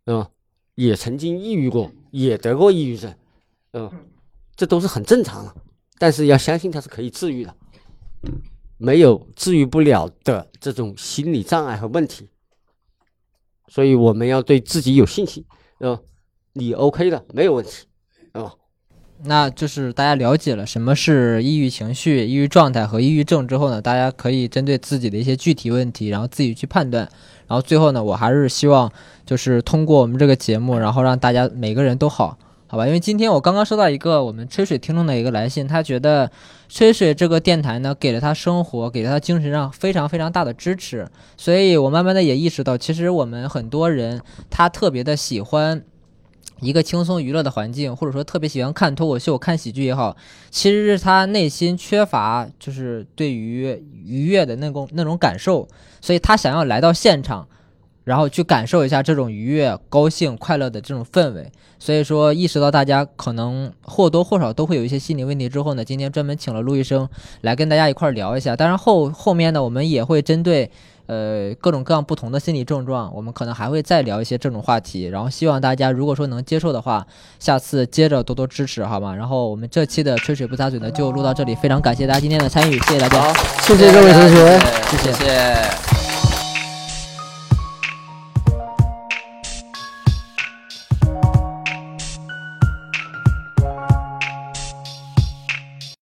嗯，也曾经抑郁过，也得过抑郁症，嗯，这都是很正常的。但是要相信它是可以治愈的，没有治愈不了的这种心理障碍和问题。所以我们要对自己有信心，嗯、你 OK 的，没有问题，啊、
那就是大家了解了什么是抑郁情绪、抑郁状态和抑郁症之后呢，大家可以针对自己的一些具体问题，然后自己去判断。然后最后呢，我还是希望就是通过我们这个节目，然后让大家每个人都好，好吧？因为今天我刚刚收到一个我们吹水听众的一个来信，他觉得吹水这个电台呢，给了他生活，给了他精神上非常非常大的支持，所以我慢慢的也意识到，其实我们很多人他特别的喜欢。一个轻松娱乐的环境，或者说特别喜欢看脱口秀、看喜剧也好，其实是他内心缺乏就是对于愉悦的那种那种感受，所以他想要来到现场，然后去感受一下这种愉悦、高兴、快乐的这种氛围。所以说，意识到大家可能或多或少都会有一些心理问题之后呢，今天专门请了陆医生来跟大家一块儿聊一下。当然后后面呢，我们也会针对呃各种各样不同的心理症状，我们可能还会再聊一些这种话题。然后希望大家如果说能接受的话，下次接着多多支持，好吗？然后我们这期的吹水不擦嘴呢就录到这里，非常感谢大家今天的参与，谢谢大家，
谢谢各位同学
谢
谢
谢。
谢